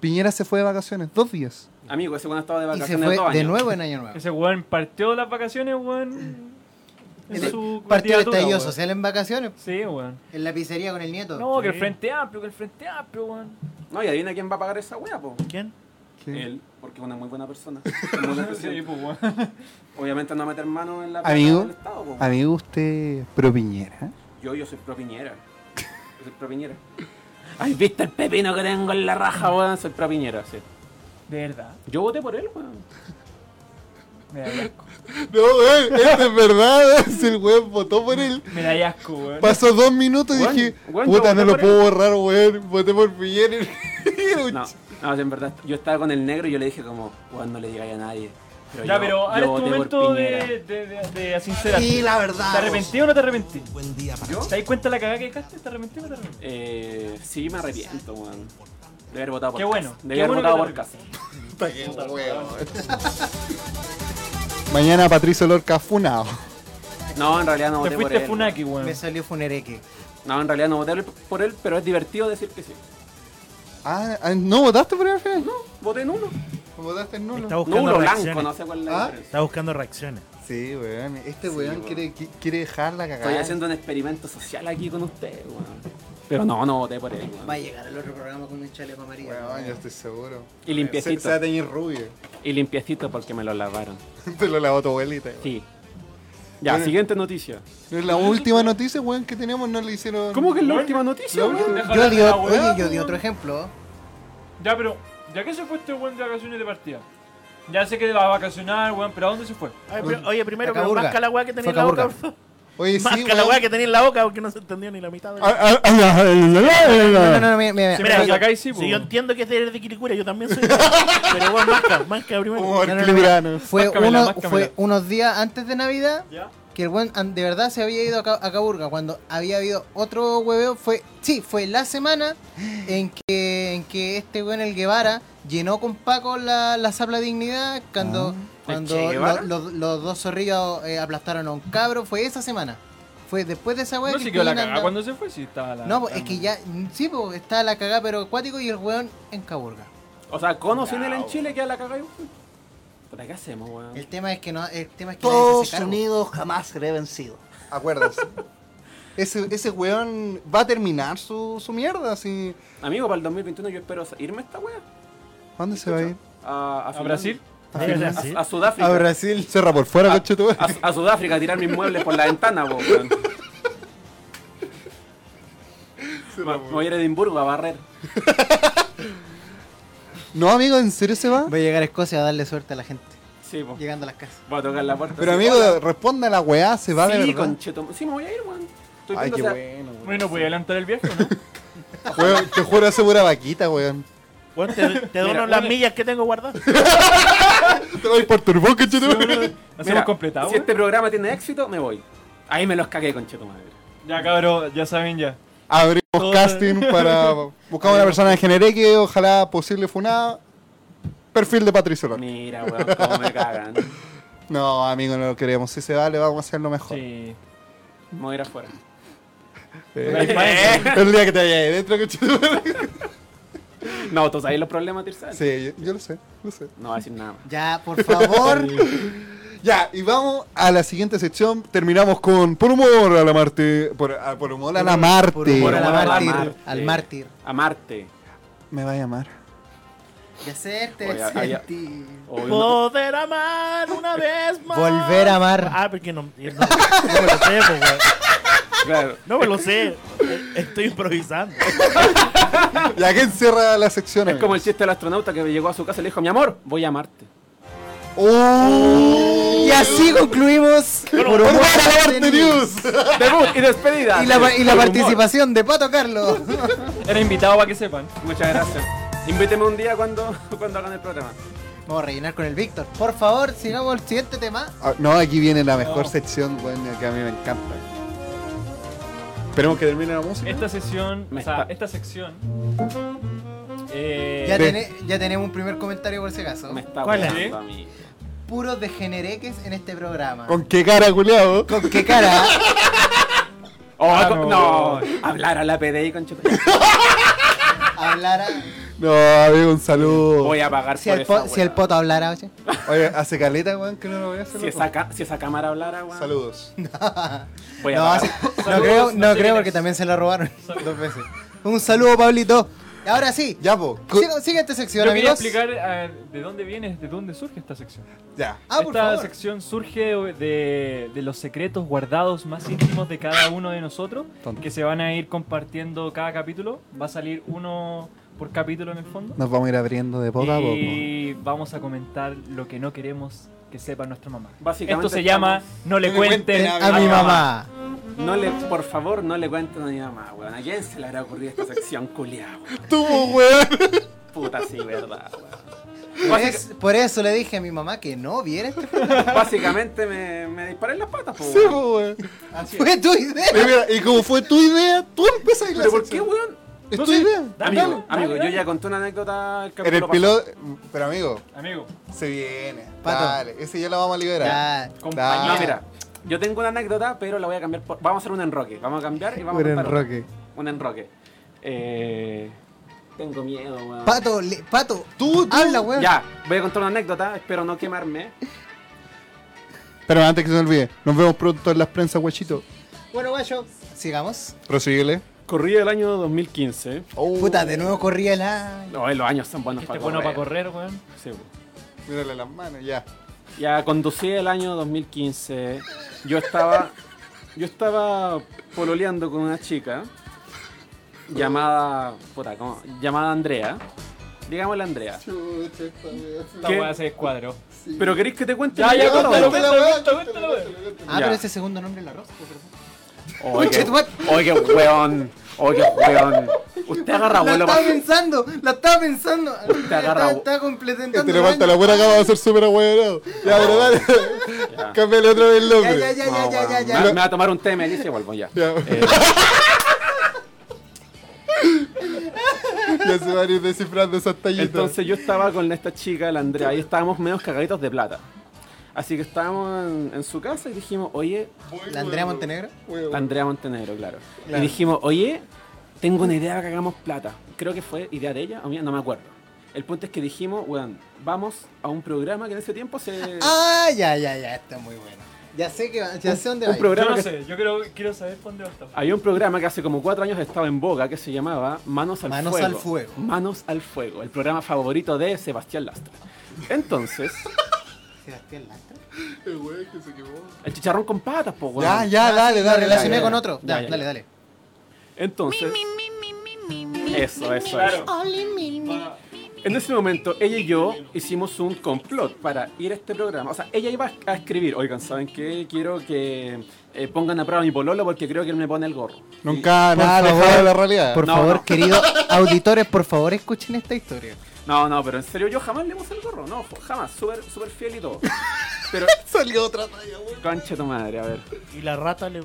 S5: Piñera se fue de vacaciones, dos días.
S2: Amigo, ese cuando estaba de
S4: Y se
S2: vacaciones
S4: fue
S2: dos años.
S4: de nuevo en Año Nuevo.
S1: Ese weón partió las vacaciones, weón. En su
S4: Partido de
S1: candidatura,
S4: estallido
S1: weón.
S4: social en vacaciones.
S1: Sí, weón.
S4: En la pizzería con el nieto.
S1: No, que el
S3: Sí.
S1: Frente Amplio, que el Frente Amplio, weón.
S2: No, y adivina quién va a pagar esa wea, po.
S3: ¿Quién?
S2: Él, porque es una muy buena persona. Es muy buen
S1: Sí,
S2: presidente.
S1: pues, weón.
S2: Obviamente no va a meter mano en la plata
S5: Amigo,
S2: del Estado, po.
S5: amigo, usted pro Piñera.
S2: Yo, yo soy pro Piñera. Yo soy pro Piñera. Ay, ¿viste el pepino que tengo en la raja, weón? Soy pro Piñera, sí.
S1: De verdad.
S2: Yo voté por él, weón.
S1: Me da asco.
S5: No, weón, esto es verdad. Si el weón votó por él.
S1: Me da asco, weón.
S5: Pasó dos minutos y
S2: Weón,
S5: dije,
S2: weón, yo
S5: puta,
S2: voté
S5: no lo
S2: por
S5: puedo borrar, weón. Voté por Piñera. Era un
S2: No,
S5: ch-
S2: no, en verdad, yo estaba con el negro y yo le dije como, weón, no le digáis a nadie. Pero
S1: Ya,
S2: yo-
S1: pero
S2: yo
S1: ahora es tu
S2: voté por
S1: momento
S2: Piñera.
S1: de, de, de, de sincerarte.
S4: Sí, la
S1: ¿Te
S4: verdad.
S1: arrepentí o no te arrepentí?
S2: ¿Yo?
S1: ¿Te das cuenta la cagada que dejaste? ¿Te arrepentí o no te arrepentí?
S2: Eh, sí, me arrepiento, weón. De haber votado por
S1: Qué bueno,
S2: Cas.
S1: qué
S2: De haber
S1: bueno
S2: votado
S1: que
S2: por
S1: te
S2: casa.
S5: Mañana Patricio Lorca funado.
S2: No, en realidad no
S1: Te
S2: voté por
S1: fuiste
S2: él.
S1: Funaki, weón.
S4: Me salió funereque.
S2: No, en realidad no voté por él, pero es divertido decir que sí.
S5: Ah, ah, ¿no votaste por él al final?
S2: Voté en uno.
S5: votaste en nulo.
S3: Está buscando
S2: Nulo blanco,
S3: reacciones.
S2: no sé cuál es la
S5: ¿Ah?
S2: diferencia.
S3: Está buscando reacciones.
S5: Sí, weón. Este
S2: Sí,
S5: weón
S2: weón.
S5: quiere, qui- quiere dejar la cagada.
S2: Estoy haciendo un experimento social aquí con usted, weón. Pero no, no voté por él, weón.
S4: Va a llegar al otro programa con un chaleco amarillo.
S5: Weón,
S4: weón.
S5: yo estoy seguro.
S2: Y limpiecito.
S5: Se, se va a teñir rubio.
S2: Y limpiecito porque me lo lavaron.
S5: Te lo lavó tu abuelita. weón.
S2: Sí. Ya,
S5: Bueno.
S2: siguiente noticia.
S5: Es La última noticia, weón, que tenemos no le hicieron.
S2: ¿Cómo que es la
S1: Bueno,
S2: última noticia,
S5: la
S2: weón?
S5: última-
S1: Deja
S4: Yo
S1: hablar de
S4: di,
S1: la
S4: oye,
S1: weá,
S4: yo di
S1: weón.
S4: otro ejemplo.
S1: Ya, pero, ¿ya que se fue este weón de vacaciones de partida? Ya sé que va a vacacionar, weón, pero ¿a dónde se fue?
S3: Ay, pero- oye, primero,
S4: Acá
S3: pero
S4: Burga.
S3: masca la weá que
S4: Fue
S3: tenía en la
S4: acá
S3: boca.
S4: Burga.
S5: Oye, sí,
S3: Masca la
S5: weón.
S3: weá que tenía en la boca porque no se entendió ni la mitad. de-
S5: Ah, ah, ah, ah,
S4: No, no,
S5: la-
S4: no, mira, mira.
S1: Sí,
S4: mira.
S1: pero
S3: yo-
S1: acá hay sí, po.
S3: si yo entiendo que este eres de Quilicura, yo también soy. pero bueno, masca, masca primero.
S5: Humor
S4: No, no, no.
S5: quilicurano.
S4: Fue,
S1: Máscamela,
S4: uno-
S1: máscamela.
S4: fue unos días antes de Navidad
S1: ¿Ya?
S4: que el buen an- de verdad se había ido a, Ca- a Caburga. Cuando había habido otro hueveo, fue. Sí, fue la semana en que, en que este weón, el Guevara, llenó con Paco la, la Sapla Dignidad. Cuando,
S1: Ah.
S4: cuando
S3: Che
S4: lo-
S3: Guevara?
S4: lo- los dos zorrillos eh, aplastaron a un cabro. Fue esa semana. Fue después de esa wea
S1: No
S4: que
S1: sé
S4: el
S1: quedó la
S4: weón
S1: cagada.
S4: anda-
S1: ¿Cuándo se fue? Sí, estaba la.
S4: No, pues, es
S1: estaba-
S4: que ya. Sí, pues está la cagada, pero acuático y el weón en Caburga.
S2: O sea, cono sin él en Chile queda la cagada y Puta, ¿qué hacemos, weón?
S4: El tema es que no. El tema es que nadie se hace
S6: Todos
S4: cargo.
S6: unidos jamás seré vencido.
S5: Acuerdas. Ese, ese weón va a terminar su, su mierda. Así.
S2: Amigo, para el 2021 yo espero irme a esta weá.
S5: ¿A ¿Dónde se va a ir?
S2: A,
S1: ¿A
S2: Finlandia.
S1: Brasil?
S2: A,
S3: Sí.
S2: a Sudáfrica.
S5: Brasil. Cerra por
S4: Ah,
S5: fuera,
S2: A-
S5: coche tu
S2: a, a Sudáfrica a tirar mis muebles por la ventana, po, weón. Me me voy a ir a Edimburgo a barrer.
S5: No, amigo, ¿en serio se va?
S4: Voy a llegar a Escocia a darle suerte a la gente.
S2: Sí, po.
S4: Llegando a las casas.
S2: Voy a tocar la puerta.
S5: Pero
S2: así,
S5: amigo,
S2: hola.
S5: responda a la weá, se va de
S2: Sí,
S5: verdad.
S2: conchetum- Sí, me voy a ir, weón. Estoy
S5: Ay,
S2: viendo,
S5: qué
S2: o sea,
S5: bueno, weón.
S1: Bueno, voy a adelantar el viaje, ¿no?
S5: Weón, Te juro, hace pura vaquita, weón.
S3: Bueno, te, te dono
S1: Mira,
S3: las
S1: oye.
S3: millas que tengo guardadas.
S5: Te voy por turbo, coche tu
S1: Nos
S2: mira,
S1: hemos completado.
S2: Si
S1: weón.
S2: este programa tiene éxito, me voy. Ahí me los cagué, concheto madre.
S1: Ya, cabrón, ya saben ya.
S5: Abrimos
S1: Todo-
S5: casting para. Buscamos una persona de Genereque, ojalá posible funada. Perfil de Patricio Solano.
S2: Mira, weón, cómo me cagan.
S5: No, amigo, no lo queremos. Si se va, le vamos a hacer lo mejor.
S1: Sí.
S2: Me voy a ir afuera.
S5: Eh,
S1: Pero
S5: el día que te vaya ahí dentro, coche tu
S2: No, tú sabes los problemas, Tirzal.
S5: Sí, yo, yo lo sé, lo sé.
S2: No va a decir nada más.
S4: Ya, por favor.
S5: Ya, y vamos a la siguiente sección. Terminamos con Por humor a la Marte. Por, a- por humor a la Marte.
S4: Por humor a la
S2: Por
S4: mártir,
S2: amor a la
S4: al
S2: mártir.
S4: mártir.
S2: A Marte.
S5: Me va a llamar.
S4: Y hacerte
S2: Oye, había-
S4: sentir.
S2: O uno-
S3: Poder amar una vez más.
S4: Volver a amar.
S3: Ah, porque no, no, no me lo sé, pues, weón.
S2: claro.
S3: No me lo sé. Estoy improvisando.
S5: Ya que encierra la sección.
S2: Es
S5: amigo?
S2: como el chiste del astronauta que llegó a su casa y le dijo, mi amor, voy a Marte.
S5: ¡Oh!
S4: Y así concluimos.
S5: ¡Por humor a la Marte News!
S2: Debut y despedida.
S4: Y la, y la
S2: Con humor.
S4: participación de Pato Carlos.
S1: Era invitado para que sepan.
S2: Muchas gracias. Invíteme un día cuando, cuando hagan el programa.
S4: Vamos a rellenar con el Víctor. Por favor, sigamos al siguiente tema.
S5: Ah, No, aquí viene la mejor
S1: No.
S5: sección, bueno, que a mí me encanta. Esperemos que termine la música.
S1: Esta sesión,
S2: Me
S1: o sea,
S2: está-
S1: esta sección. Eh,
S4: Ya,
S5: Ve.
S4: tene- ya tenemos un primer comentario por si acaso.
S2: Me está
S3: ¿Cuál es?
S2: gustando, amigo.
S4: Puros degenereques en este programa.
S5: ¿Con qué cara, culiao?
S4: ¿Con qué cara? ¿eh?
S2: Oh,
S1: Ah,
S2: co-
S1: no.
S2: no. Hablar a la PDI, conchetum.
S4: Hablara.
S5: No, amigo, un saludo.
S2: Voy a pagar
S4: Si
S2: por
S4: el, po-
S2: esa
S4: si el
S2: weá.
S4: Poto hablara, oye.
S5: Oye, hace caleta, weón, que no lo voy a hacer.
S2: Si esa, ca- si esa cámara hablara, weón.
S5: Saludos.
S2: Voy a
S4: No,
S2: pagar.
S4: sí, no
S1: Saludos,
S4: creo,
S1: no
S4: no
S1: sé
S4: creo
S1: quién
S4: porque
S1: es.
S4: también se la robaron dos veces. Un saludo, Pablito. Y Ahora sí,
S5: Ya, po. cu-
S4: sigue, sigue esta sección,
S1: yo quería
S4: amigos.
S1: explicar eh, de dónde viene, de dónde surge esta sección.
S5: Ya.
S4: Ah, por
S1: Esta
S4: favor.
S1: sección surge de, de los secretos guardados más íntimos de cada uno de nosotros,
S5: Tonto.
S1: que se van a ir compartiendo cada capítulo. Va a salir uno por capítulo en el fondo.
S5: Nos vamos a ir abriendo de poco a poco.
S1: y vamos a comentar lo que no queremos que sepa nuestra mamá.
S2: Básicamente
S1: Esto se
S2: estamos-
S1: llama No le
S5: No le
S1: cuenten
S5: cuenten
S4: A mi mamá.
S2: No le, por favor, no le cuenten a mi mamá, weón. ¿A quién se le habrá ocurrido esta sección culiao? weón?
S5: Tú, weón.
S2: Puta, sí, verdad, weón.
S4: Por, es- por eso le dije a mi mamá que no viera este programa.
S2: Básicamente me, me disparé en las patas, po,
S5: Sí,
S2: weón.
S5: po, weón.
S4: Fue tu
S5: Y,
S4: idea.
S5: mira, y como fue tu idea, tú empezaste la
S2: ¿Pero por qué,
S5: sección.
S2: weón?
S5: ¿Es
S1: No
S5: tu
S1: sé.
S5: idea?
S1: Dale,
S2: Amigo,
S1: dale,
S2: amigo, yo
S1: dale.
S2: ya conté una anécdota el
S5: En el
S2: pasado.
S5: piloto. Pero amigo,
S1: Amigo,
S5: se viene.
S4: Pato.
S5: Dale, ese ya lo vamos a liberar.
S4: Ya.
S2: No,
S5: Dale.
S2: mira, yo tengo una anécdota, pero la voy a cambiar por... Vamos a hacer un enroque. Vamos a cambiar y vamos
S5: Un
S2: a contar otra.
S5: enroque.
S2: Un enroque. Eh, Tengo miedo, weón.
S4: Pato, le- Pato,
S5: Tú, tú.
S4: habla, weón.
S2: Ya, voy a contar una anécdota, espero no quemarme.
S5: Pero antes que se me olvide, nos vemos pronto en las prensas, guachito.
S4: Bueno, guacho, sigamos.
S5: Prosíguele.
S2: Corría el año 2015.
S5: Oh,
S4: Puta, de nuevo corría la.
S2: No, eh, los años son buenos
S1: Este
S2: para
S1: es bueno para
S2: correr.
S1: correr, weón.
S2: Sí, weón.
S5: Mírale las manos, ya.
S2: Ya conducí el año 2015. Yo estaba. Yo estaba pololeando con una chica llamada. Puta, ¿cómo? Llamada Andrea. Digámosle Andrea.
S5: Chucha, esta wea.
S1: Esta
S2: ¿Qué?
S1: weá se descuadró.
S2: ¿Pero queréis que te cuente?
S1: Ya,
S2: mi
S1: ya,
S2: anécdota?
S1: cuéntalo,
S5: Cuéntala,
S1: cuéntalo,
S5: cuéntala,
S1: cuéntalo,
S5: cuéntala,
S4: Ah,
S2: Ya.
S4: pero ese segundo nombre la rosa.
S2: Oye,
S4: Conche
S2: qué-
S4: tu madre.
S2: oye, qué weón. Oye, qué weón. Usted agarra
S4: La
S2: vuelo
S4: estaba
S2: para.
S4: pensando, la estaba pensando.
S2: Te agarra,
S4: Estaba-
S2: weón.
S4: Estaba completando.
S5: Este
S4: el
S5: le falta
S4: año.
S5: la buena acaba de ser súper agüero. Ya, pero dale.
S2: Ya.
S5: Cámbiale otra vez el
S4: Ya,
S5: nombre.
S4: ya, ya,
S2: No,
S4: ya, ya,
S2: weón.
S4: ya,
S2: Me,
S4: ya.
S2: me va a tomar un té, me dice, vuelvo ya.
S5: Ya.
S2: Eh,
S5: Ya se van a ir descifrando esas tallitas.
S2: Entonces yo estaba con esta chica, la Andrea, y estábamos medio cagaditos de plata. Así que estábamos en, en su casa y dijimos, oye,
S4: La Andrea Montenegro.
S2: la Andrea Montenegro, claro. Y
S4: Claro.
S2: dijimos, oye, tengo una idea que hagamos plata. Creo que fue idea de ella o mía, no me acuerdo. El punto es que dijimos, weón, vamos a un programa que en ese tiempo se...
S4: Ah, ya, ya, ya, está muy bueno. Ya sé que va- ya sé dónde va.
S2: un
S4: a ir.
S1: Yo
S2: programa
S1: no
S2: que-
S1: sé, yo quiero, quiero saber por dónde va esta weá.
S2: Había un programa que hace como cuatro años estaba en boga que se llamaba Manos al
S4: Manos
S2: Fuego.
S4: al Fuego.
S2: Manos al Fuego, el programa favorito de Sebastián Lastra. Entonces,
S4: Sebastián Lastra.
S5: El weón que se quemó.
S2: el chicharrón con patas, po, weón.
S5: Ya, ya, dale,
S4: Lo
S5: dale.
S4: Ah, relacioné
S5: dale.
S4: con otro.
S2: Ya,
S4: Ya,
S2: ya,
S4: dale,
S2: ya.
S4: dale.
S2: Entonces, eso, eso,
S1: Claro.
S2: eso. En ese momento, ella y yo hicimos un complot para ir a este programa. O sea, ella iba a escribir, oigan, ¿saben qué? Quiero que eh, pongan a prueba mi pololo porque creo que él me pone el gorro.
S5: Nunca
S4: Por
S5: nada
S4: favor.
S5: alejado de la realidad.
S4: Por
S2: No,
S4: favor,
S2: no.
S4: queridos auditores, por favor, escuchen esta historia.
S2: No, no, pero en serio, yo jamás le puse el gorro. No, jamás. Súper, súper fiel y todo. Pero,
S5: Salió otra talla, weón.
S2: concha tu madre, a ver.
S3: Y la rata le.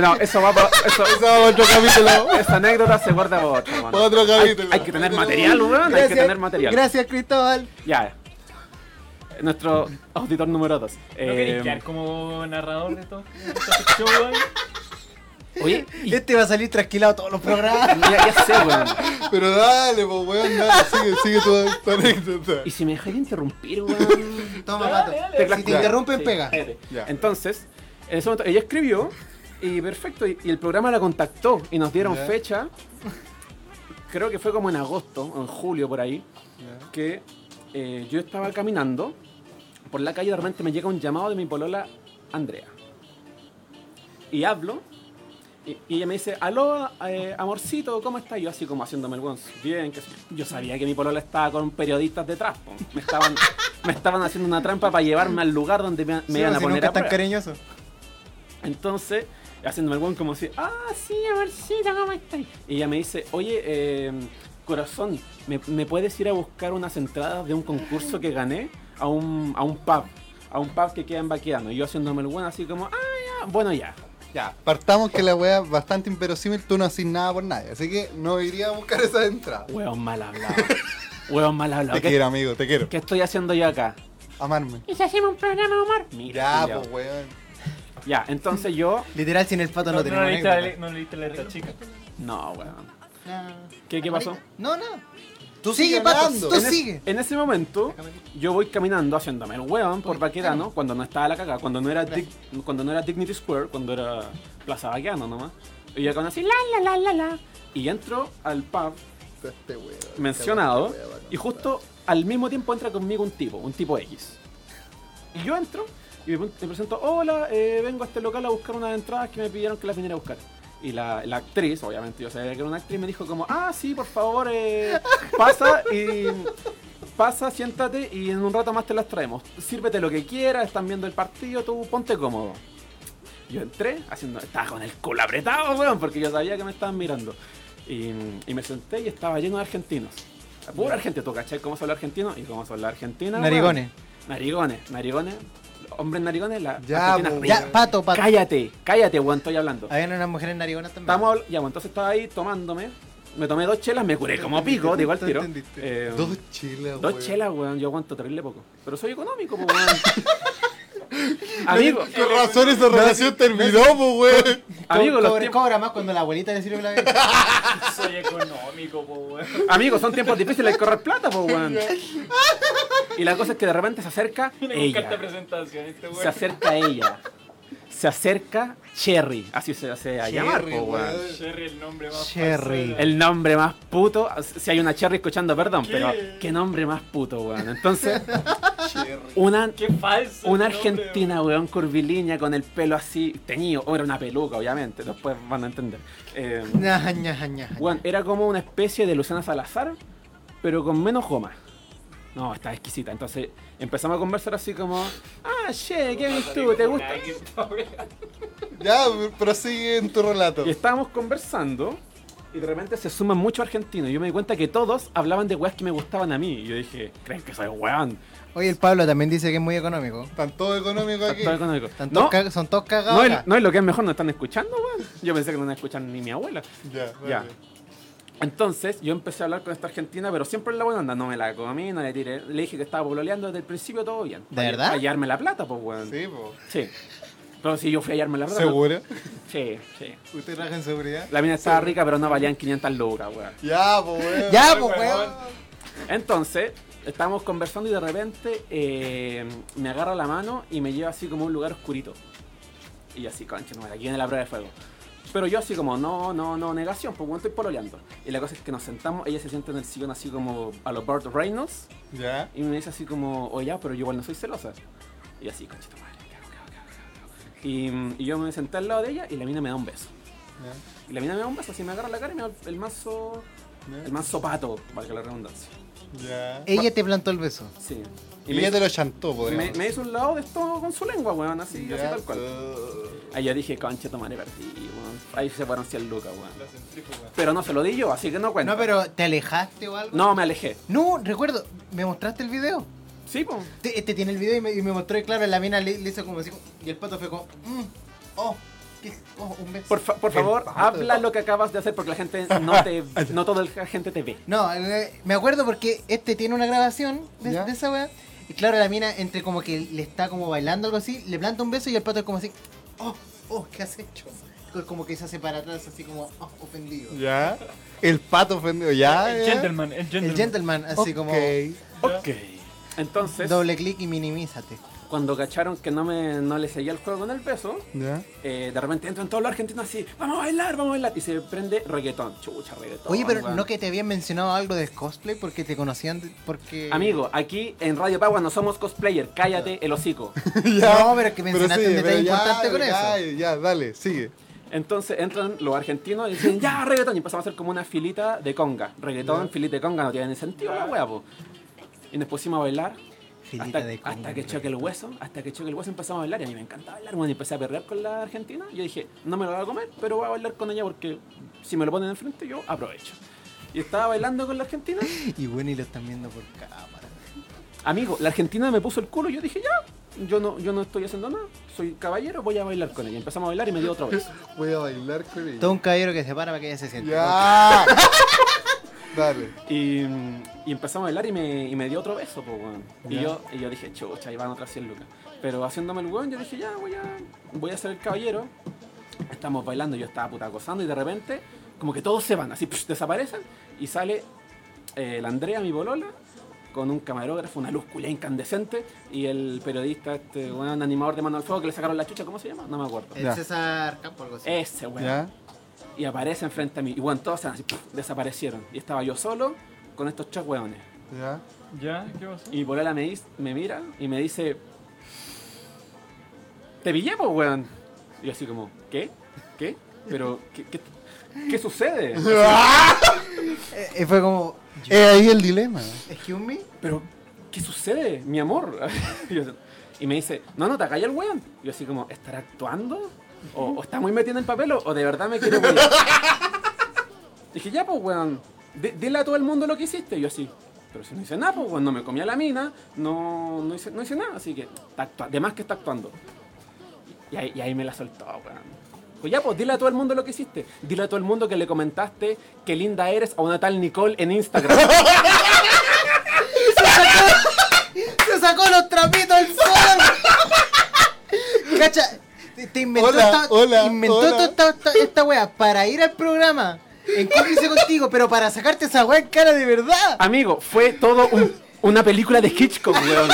S2: No, eso va para... Eso,
S5: Eso va para otro capítulo.
S2: esa anécdota se guarda para otro,
S5: Para
S2: mano.
S5: otro
S2: Hay,
S5: capítulo.
S2: hay que tener material, weón. Hay que tener material.
S4: Gracias, Cristóbal.
S2: Ya. Nuestro auditor número Eh, 2.
S1: ¿No queréis quedar como narrador de todo? de esta sección, weón?
S2: oye, y-
S4: Este va a salir trasquilado todos los programas.
S2: ya, ya sé, weón.
S5: Pero dale, po, weón, dale, sigue, sigue tu, tu anécdota.
S2: Y si me dejáis de interrumpir, weón.
S4: Toma, pato.
S2: Teclas
S4: Si te
S2: claras.
S4: interrumpen,
S2: Sí,
S4: pega.
S2: cállate.
S5: Ya.
S2: Entonces, en ese momento, ella escribió y perfecto, y, y el programa la contactó y nos dieron
S5: Ya.
S2: fecha. Creo que fue como en agosto o en julio por ahí,
S5: Ya.
S2: que eh, yo estaba caminando por la calle y de repente me llega un llamado de mi polola Andrea. Y hablo. Y, y ella me dice, aló, eh, amorcito, ¿cómo estás? Yo así como haciéndome el guan, bien, que Yo sabía que mi polola estaba con periodistas detrás, po. me estaban, me estaban haciendo una trampa para llevarme al lugar donde me, me
S4: Sí,
S2: iban a
S4: si
S2: poner
S4: nunca
S2: a
S4: es tan
S2: prueba.
S4: cariñoso.
S2: Entonces, haciéndome el buen como si, ah, sí, amorcito, ¿cómo estás? Y ella me dice, oye, eh, corazón, ¿me, me puedes ir a buscar unas entradas de un concurso que gané a un, a un pub? A un pub que queda en Baqueano. Y yo haciéndome el buen así como, ah, ya, bueno, ya.
S5: Ya, partamos que la weá es bastante inverosímil, tú no haces nada por nadie, así que no iría a buscar esa entrada.
S2: Hueón mal hablado. Hueón mal hablado.
S5: Te
S2: ¿Qué,
S5: quiero, amigo, te quiero.
S2: qué estoy haciendo yo acá?
S5: Amarme.
S6: Y si hacemos un programa de humor.
S2: Mira,
S5: Ya,
S2: culiao.
S5: pues weón.
S2: Ya, entonces yo...
S4: Literal, sin el pato no,
S1: No, no
S4: tenemos
S1: leíste la-
S4: anécdota.
S1: no leíste la letra chica.
S2: No, weón.
S4: No.
S2: ¿Qué, qué pasó?
S4: No, no.
S5: Tú
S4: Sigue, pato.
S5: hablando.
S4: Tú
S2: en, es-
S4: sigue.
S2: en ese momento, yo voy caminando haciéndome el hueón por Baquedano, cuando no estaba la cagada, cuando no era Dig- cuando no era Dignity Square, cuando era Plaza Baquedano nomás. Y yo con así, la la la la la. Y entro al pub
S5: Este weón, este
S2: mencionado
S5: weón, este weón.
S2: y justo al mismo tiempo entra conmigo un tipo, un tipo X. Y yo entro y me, pon- me presento, hola, eh, vengo a este local a buscar unas entradas que me pidieron que las viniera a buscar. Y la, la actriz, obviamente yo sabía que era una actriz, me dijo como, ah, sí, por favor, eh, pasa y... Pasa, siéntate y en un rato más te las traemos. Sírvete lo que quieras, están viendo el partido, tú ponte cómodo. Yo entré, haciendo, estaba con el culo apretado, weón, porque yo sabía que me estaban mirando. Y, y me senté y estaba lleno de argentinos. Puro argentino, ¿tú cachai cómo se habla argentino? ¿Y cómo se habla argentina? weón?
S4: Narigones.
S2: Narigones, narigones. Hombres narigones, la
S5: Ya,
S2: argentina
S5: po,
S2: es rica.
S4: Ya, pato, pato.
S2: Cállate, cállate, weón, estoy hablando.
S4: Habían unas mujeres narigonas también.
S2: Estamos habl- ya, bueno, entonces estaba ahí tomándome. Me tomé dos chelas, me curé como pico, digo al
S4: Tú
S2: tiro.
S4: entendiste.
S2: Eh,
S5: Dos chelas,
S2: Dos
S5: weón.
S2: chelas, weón, yo aguanto terrible poco. Pero soy económico, po, weón. Amigo,
S5: Con razón esa relación terminó, pues, güey.
S2: amigo, los
S4: Cobre-
S2: tiempos-
S4: cobra más cuando la abuelita le sirve la bebida.
S1: Soy económico, po, weón.
S2: amigos, son tiempos difíciles de correr plata, po, weón. Y la cosa es que de repente se acerca
S1: Me encanta
S2: ella.
S1: presentación este
S2: Se
S1: weón.
S2: acerca ella. Se acerca Cherry, así se hace a llamar, po, weón.
S1: Sherry, el nombre más
S4: Sherry.
S1: falso.
S2: El nombre más puto. Si hay una Cherry escuchando, perdón, pero qué nombre más puto, weón. Entonces, una,
S1: Qué falso.
S2: una
S1: el nombre,
S2: argentina, weón, curvilínea, con el pelo así teñido. O era una peluca, obviamente, después van a entender. Eh,
S4: Ña, ña, ña.
S2: weón, era como una especie de Luciana Salazar, pero con menos goma. No, está exquisita. Entonces empezamos a conversar así como, ah, che, ¿qué ves tú? ¿Te gusta?
S5: Ya, prosigue en tu relato.
S2: Y estábamos conversando y de repente se suman muchos argentinos. Yo me di cuenta que todos hablaban de weas que me gustaban a mí. Y yo dije, ¿creen que soy weón?
S4: Oye, el Pablo también dice que es muy económico.
S5: Están todos económicos aquí.
S2: Factor económico.
S4: Están todos
S2: No,
S4: ca- son todos cagados.
S2: no,
S4: acá.
S2: es, no es lo que es mejor, no están escuchando, weón. Yo pensé que no iban a escuchar ni mi abuela.
S5: Ya, vale.
S2: Ya. Entonces yo empecé a hablar con esta argentina, pero siempre en la buena onda. No me la comí, no le tiré. Le dije que estaba pololeando desde el principio todo bien.
S4: ¿De
S2: Para-
S4: verdad?
S2: Para hallarme la plata, pues, weón.
S5: Sí, po.
S2: Sí. Pero si yo fui a hallarme la plata.
S5: ¿Seguro?
S2: Sí, sí.
S5: ¿Usted trabaja en seguridad?
S2: La mina estaba rica, pero no valían 500 lucas, weón.
S5: Ya, po, weón.
S4: Ya, pues, weón.
S2: Entonces, estábamos conversando y de repente eh, me agarra la mano y me lleva así como a un lugar oscurito. Y yo así, concha, no, aquí viene la prueba de fuego. Pero yo así como, no, no, no, negación, porque estoy pololeando. Y la cosa es que nos sentamos, ella se sienta en el sillón así como a los Burt Reynolds
S5: Ya.
S2: y me dice así como, oye, ya, pero yo igual no soy celosa. Y así, concha, tu madre, ¿qué hago, qué hago, qué hago, qué hago? Y, mm, y yo me senté al lado de ella y la mina me da un beso.
S5: ya,
S2: Y la mina me da un beso, así me agarra la cara y me da el manso, el manso pato, valga la redundancia.
S5: Ya. ya.
S4: Ella te plantó el beso.
S2: Sí. Y
S5: Y
S2: me
S5: ella te lo chantó, podríamos
S2: me, me
S5: decir.
S2: hizo un lado de esto con su lengua, weón, así, así
S5: Ya,
S2: tal cual.
S5: eh,
S2: Ahí yo dije, concha, tomaré perdí, weón. Ahí se fueron 100 lucas,
S1: La
S2: weón.
S1: centrífuga.
S2: Pero no se lo di yo, así que no cuenta.
S4: No, pero ¿te alejaste o algo?
S2: No, me alejé.
S4: No, recuerdo, me mostraste el video.
S2: Sí, pues.
S4: Te, este tiene el video y me, y me mostró y claro, la mina le, le hizo como así. como- Y el pato fue como, mm, oh, ¿qué? oh, un beso.
S2: Por, fa- por
S5: El
S2: favor,
S5: pato.
S2: habla lo que acabas de hacer porque la gente no te. no toda la gente te ve.
S4: No, eh, me acuerdo porque este tiene una grabación de,
S5: ¿Ya?
S4: de esa weá. Y claro, la mina entre como que le está como bailando algo así, le planta un beso y el pato es como así, oh, oh, ¿qué has hecho? Como que se hace para atrás así como, oh, ofendido.
S5: Ya. El pato ofendido. Ah, Ya.
S1: El
S5: ya.
S1: gentleman, el gentleman.
S4: El gentleman, así como
S5: Ok.
S2: Ok. Entonces,
S4: doble clic y minimízate.
S2: cuando cacharon que no me no le seguía el juego con el peso,
S5: Ya.
S2: eh, de repente entran todos los argentinos así, vamos a bailar, vamos a bailar. Y se prende reggaetón. Chucha, reggaetón.
S4: Oye, pero
S2: weón.
S4: no que te habían mencionado algo de cosplay porque te conocían, de- porque...
S2: Amigo, aquí en Radio Pagua no somos cosplayer, cállate el hocico.
S4: No, pero es que mencionaste
S5: sigue,
S4: un detalle
S5: pero ya,
S4: importante con
S5: ya,
S4: eso.
S5: Ya, dale, sigue.
S2: Entonces entran los argentinos y dicen, ya, reggaetón, y empezamos a hacer como una filita de conga. Reggaetón, filita de conga, no tiene ni sentido la hueá, po. Y nos pusimos a bailar.
S4: Filita
S2: Hasta,
S4: de
S2: hasta
S4: conga,
S2: que choque el hueso, hasta que choque el hueso empezamos a bailar y a mí me encantaba bailar, bueno, y empecé a perrear con la argentina. Yo dije, no me lo voy a comer, pero voy a bailar con ella porque si me lo ponen enfrente yo aprovecho. Y estaba bailando con la argentina.
S4: Y bueno, y lo están viendo por cámara.
S2: Amigo, la argentina me puso el culo y yo dije, ya, yo no, yo no estoy haciendo nada, soy caballero, voy a bailar con ella. Empezamos a bailar y me dio otra vez.
S5: Voy a bailar con ella.
S4: Todo un caballero que se para para que ella se siente.
S5: Ya. dale.
S2: Y, mm, y empezamos a bailar y me, y me dio otro beso, pues, weón.
S5: Ya.
S2: Y yo, y yo dije, chucha, ahí van otras 100 lucas. Pero haciéndome el weón, yo dije, ya, voy a, voy a ser el caballero. Estamos bailando, yo estaba puta acosando y de repente, como que todos se van, así psh, desaparecen. Y sale eh, la Andrea, mi bolola, con un camarógrafo, una luz culia incandescente. Y el periodista, este weón, animador de mano al fuego que le sacaron la chucha, ¿cómo se llama? No me acuerdo.
S4: El
S5: Ya.
S4: César Campo, algo así.
S2: Ese weón
S5: Ya.
S2: y aparece enfrente a mí. Y bueno, todos se van así, ¡puf! desaparecieron. Y estaba yo solo con estos tres hueones.
S5: Ya.
S1: ¿Ya? ¿Qué pasó?
S2: Y Bolola me, dis- me mira y me dice: Te pillé, pues, weón. Y yo así como: ¿Qué? ¿Qué? ¿Pero qué, qué, qué sucede?
S4: Eh, eh, fue como,
S5: Es ahí el dilema.
S4: excuse me.
S2: ¿Pero qué sucede, mi amor? y, yo- y me dice: No, no, te calla el weón. Y yo así como: ¿Estará actuando? ¿O, o está muy metido en el papel? ¿O, o de verdad me quiere weón? Dije, ya, pues, weón, di- dile a todo el mundo lo que hiciste. Y yo así, pero si no hice nada, pues, weón, no me comí a la mina, no, no, hice, no hice nada. Así que, está actua- de más que está actuando. Y ahí, y ahí me la soltó, weón. Pues ya, pues, dile a todo el mundo lo que hiciste. Dile a todo el mundo que le comentaste que linda eres a una tal Nicole en Instagram.
S4: ¡Se sacó los trapitos al sol! cacha, te- te inventó,
S5: Hola,
S4: esta,
S5: hola,
S4: inventó
S5: hola.
S4: toda esta, esta, esta wea para ir al programa en cómplice contigo, pero para sacarte esa wea en cara de
S5: Ah,
S4: verdad.
S2: Amigo, fue todo un- una película de Hitchcock, weón.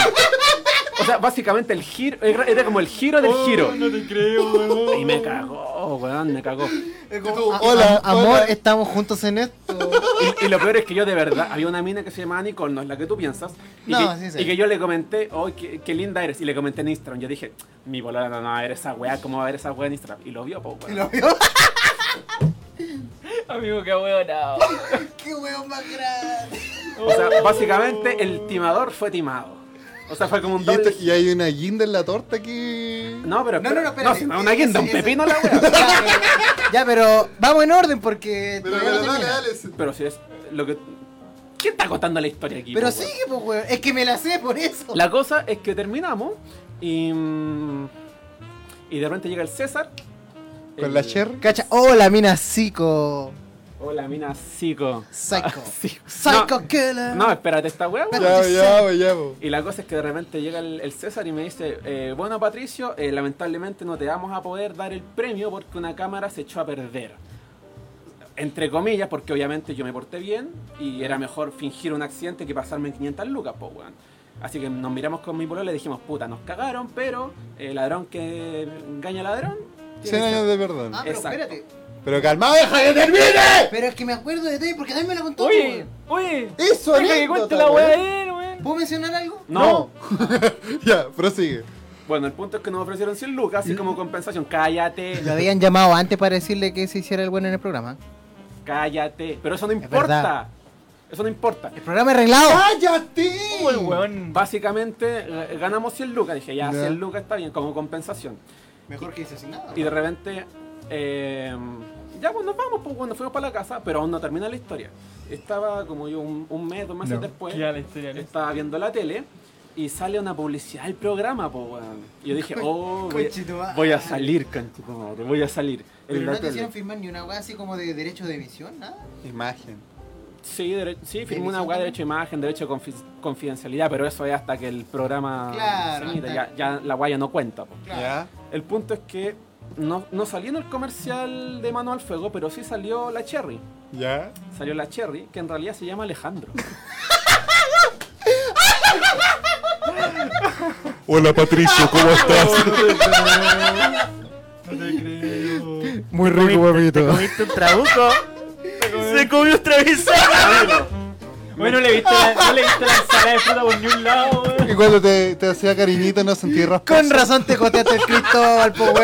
S2: O sea, básicamente el giro, era era como el giro del giro.
S1: Oh, No te creo, weón.
S2: Y me cagó, weón, me cagó.
S4: Es
S5: tú,
S4: como, a-
S5: hola,
S4: a- Ah, amor, este
S5: hola.
S4: estamos juntos en esto.
S2: Y, y lo peor es que yo de verdad, había una mina que se llamaba Nicole, no es la que tú piensas. Y,
S4: No,
S2: que,
S4: sí sé.
S2: y que yo le comenté, oh, qué, qué linda eres. Y le comenté en Instagram, yo dije, mi bolola no, no va a ver esa weá, ¿cómo va a ver esa weá en Instagram? Y lo vio, po, weón.
S4: ¿Lo vio?
S1: Amigo, qué weón.
S4: ¡Qué weón más grande!
S2: O sea, básicamente el timador fue timado. O sea, fue como un
S5: Y,
S1: este
S2: doble...
S5: esto- y hay una guinda en la torta que.
S2: No, pero...
S4: No, no, no, espérate.
S2: si no, es una guinda, un
S4: Ese- ese-
S2: pepino la weá.
S4: Ya, pero- Ya, pero vamos en orden porque.
S5: Pero,
S4: todavía no
S5: pero dale,
S4: termina.
S5: dale. se-
S2: Pero si es lo que... ¿Quién está contando la historia aquí?
S4: Pero
S2: po, weón?
S4: sigue, pues, weón. Es que me la sé por eso.
S2: La cosa es que terminamos y... mm, Y de repente llega el César.
S5: Con
S2: el-
S5: la cherry.
S4: Cacha. Oh, la mina psico.
S2: Hola, mina psico. Ah,
S4: Psycho.
S2: Sí.
S4: Psycho
S2: No,
S4: killer.
S2: No, espérate esta weá, weón.
S5: Ya, ya, ya. po.
S2: Y la cosa es que de repente llega el, el César y me dice, eh, bueno Patricio, eh, lamentablemente no te vamos a poder dar el premio porque una cámara se echó a perder. Entre comillas, porque obviamente yo me porté bien y era mejor fingir un accidente que pasarme en 500 lucas, po, weón. Así que nos miramos con mi polo y le dijimos, puta, nos cagaron, pero el ladrón que engaña al ladrón...
S5: 100
S2: tiene
S5: años
S2: que-
S5: de perdón.
S4: Ah, pero
S2: Exacto.
S4: espérate.
S5: Pero calmado, deja que termine.
S4: Pero es que me acuerdo de ti porque también me la contó.
S1: Oye,
S4: weón.
S1: oye.
S5: Eso,
S1: Deja que cuente la weá de él, weón.
S4: ¿Puedo mencionar algo?
S2: No.
S5: Ya, prosigue.
S2: Bueno, el punto es que nos ofrecieron 100 lucas, así como compensación. Cállate,
S4: Lo habían llamado antes para decirle que se hiciera el bueno en el programa.
S2: cállate. Pero eso no
S4: verdad.
S2: importa. Eso no importa.
S4: El programa arreglado.
S5: ¡Cállate!
S1: Uy, weón.
S2: Básicamente eh, ganamos 100 lucas. Dije, ya,
S5: Ya.
S2: 100 lucas está bien, como compensación.
S4: Mejor que dice sin nada.
S2: Y de repente, eh, ya, pues nos vamos, pues bueno, fuimos para la casa, pero aún no termina la historia. Estaba como yo un, un mes, dos meses
S5: No.
S2: después,
S1: Ya la historia, ¿no?
S2: estaba viendo la tele y sale una publicidad del programa, pues weón. Y yo dije, oh, voy,
S4: conchetumare.
S2: voy a salir, conchetumare, voy a salir.
S4: Pero
S2: En
S4: no
S2: la
S4: te
S2: tele.
S4: hicieron firmar ni una weá así como de derecho de emisión, nada.
S5: Imagen.
S2: Sí, dere- sí, firmó
S4: ¿Televisión
S2: una weá de
S4: también?
S2: derecho a imagen, derecho a confi- confidencialidad, pero eso es hasta que el programa
S4: Claro,
S2: se emita,
S4: hasta-
S2: ya, ya la weá ya no cuenta. pues. po.
S5: Ya.
S2: El punto es que no, no salió en el comercial de Mano al Fuego, pero sí salió la Cherry.
S5: Ya.
S2: Salió la Cherry, que en realidad se llama Alejandro.
S5: Hola Patricio, ¿cómo estás?
S1: No te creo.
S5: Muy
S3: Comiste-
S5: rico,
S3: ¿Te
S5: papito.
S3: comiste un trabuco? Se comió un travesero.
S1: Bueno, le viste la, no le viste la ensalada de fruta por ni un lado, weón.
S5: Y cuando te, te hacía cariñito no sentí rasposo.
S4: Con razón te coteaste el Cristóbal, po weón.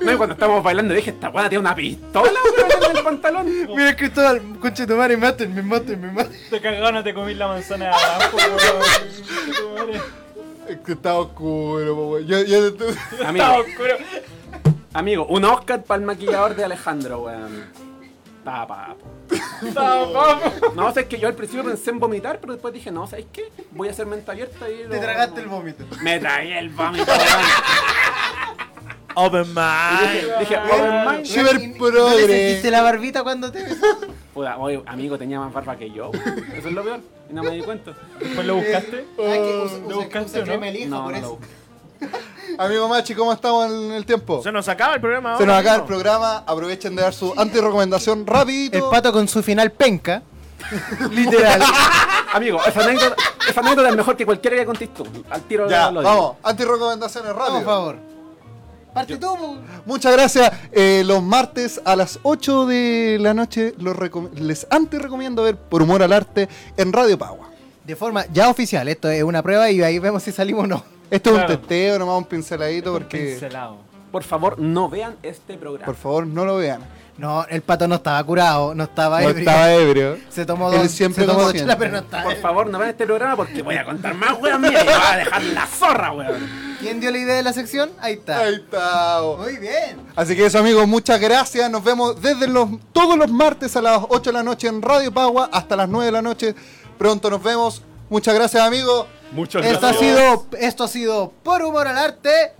S2: no, y cuando estábamos bailando dije, esta weá tiene una pistola weón, en el pantalón.
S4: Mira el Cristóbal, conche tu madre, maten, me maten, me maten.
S1: Te cagaron, no te comí la manzana de abajo, weón.
S5: Es que Estaba oscuro, po, weón. Yo, yo,
S1: Está
S2: Amigo,
S1: oscuro.
S2: amigo, un Oscar para el maquillador de Alejandro, weón. Pa, pa, po.
S1: Está guapo.
S2: No, o sea, es que yo al principio pensé en vomitar, pero después dije, no, ¿sabes qué? Voy a hacer mente abierta y... lo-
S4: vómito.
S2: Me tragué el vómito, weón.
S3: Open mind.
S2: Dije, dije, open mind.
S5: Super
S4: ¿Y- y- ¿No
S5: progre.
S4: le sentiste la barbita cuando te besó?
S2: Puta, oye, amigo, tenía más barba que yo. weón. Eso es lo peor. Y no me di cuenta.
S1: Pues lo buscaste.
S4: Ah, que usa-
S1: ¿lo
S4: usa-
S1: buscaste
S4: usa
S1: o no?
S4: crema de lija,
S2: Oh, No,
S4: por
S2: no lo
S4: eso.
S2: busqué.
S5: Amigo Machi, ¿cómo estamos en el tiempo?
S3: Se nos acaba el programa
S5: Se
S3: ahora,
S5: nos acaba el
S3: amigo.
S5: programa. Aprovechen de dar su anti-recomendación rapidito.
S4: El pato con su final penca.
S2: Literal. Amigo, esa anécdota, esa anécdota es mejor que cualquiera que conté tú. Al tiro de
S5: Ya,
S2: lo digo.
S5: vamos. Anti-recomendaciones rápido.
S4: Por favor. Parte tú, po.
S5: Muchas gracias. Eh, los martes a las 8 de la noche los recom- les anti-recomiendo ver Por Humor al Arte en Radio Pagua.
S4: De forma ya oficial, esto es una prueba y ahí vemos si salimos o no.
S5: Esto es
S1: Claro.
S5: un testeo, nomás un pinceladito porque...
S1: Pincelado.
S2: Por favor, no vean este programa.
S5: Por favor, no lo vean.
S4: No, el pato no estaba curado, no estaba
S5: No
S4: ebrio.
S5: estaba ebrio.
S4: Se tomó
S5: Él
S4: dos,
S5: siempre
S4: se tomó dos
S5: consciente.
S4: chelas, pero no estaba.
S2: Por favor, no vean este programa porque voy a contar más weón mía y me va a dejar la zorra, weón.
S4: ¿Quién dio la idea de la sección? Ahí está.
S5: Ahí está. bo.
S4: Muy bien.
S5: Así que eso amigos, muchas gracias. Nos vemos desde los, todos los martes a las 8 de la noche en Radio Pagua hasta las 9 de la noche. Pronto nos vemos. Muchas gracias amigos.
S2: Muchas
S4: Esto ha sido, esto ha sido por humor al arte.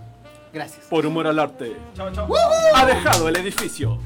S4: Gracias.
S2: Por humor al arte.
S1: Chao, chao.
S2: Ha dejado el edificio.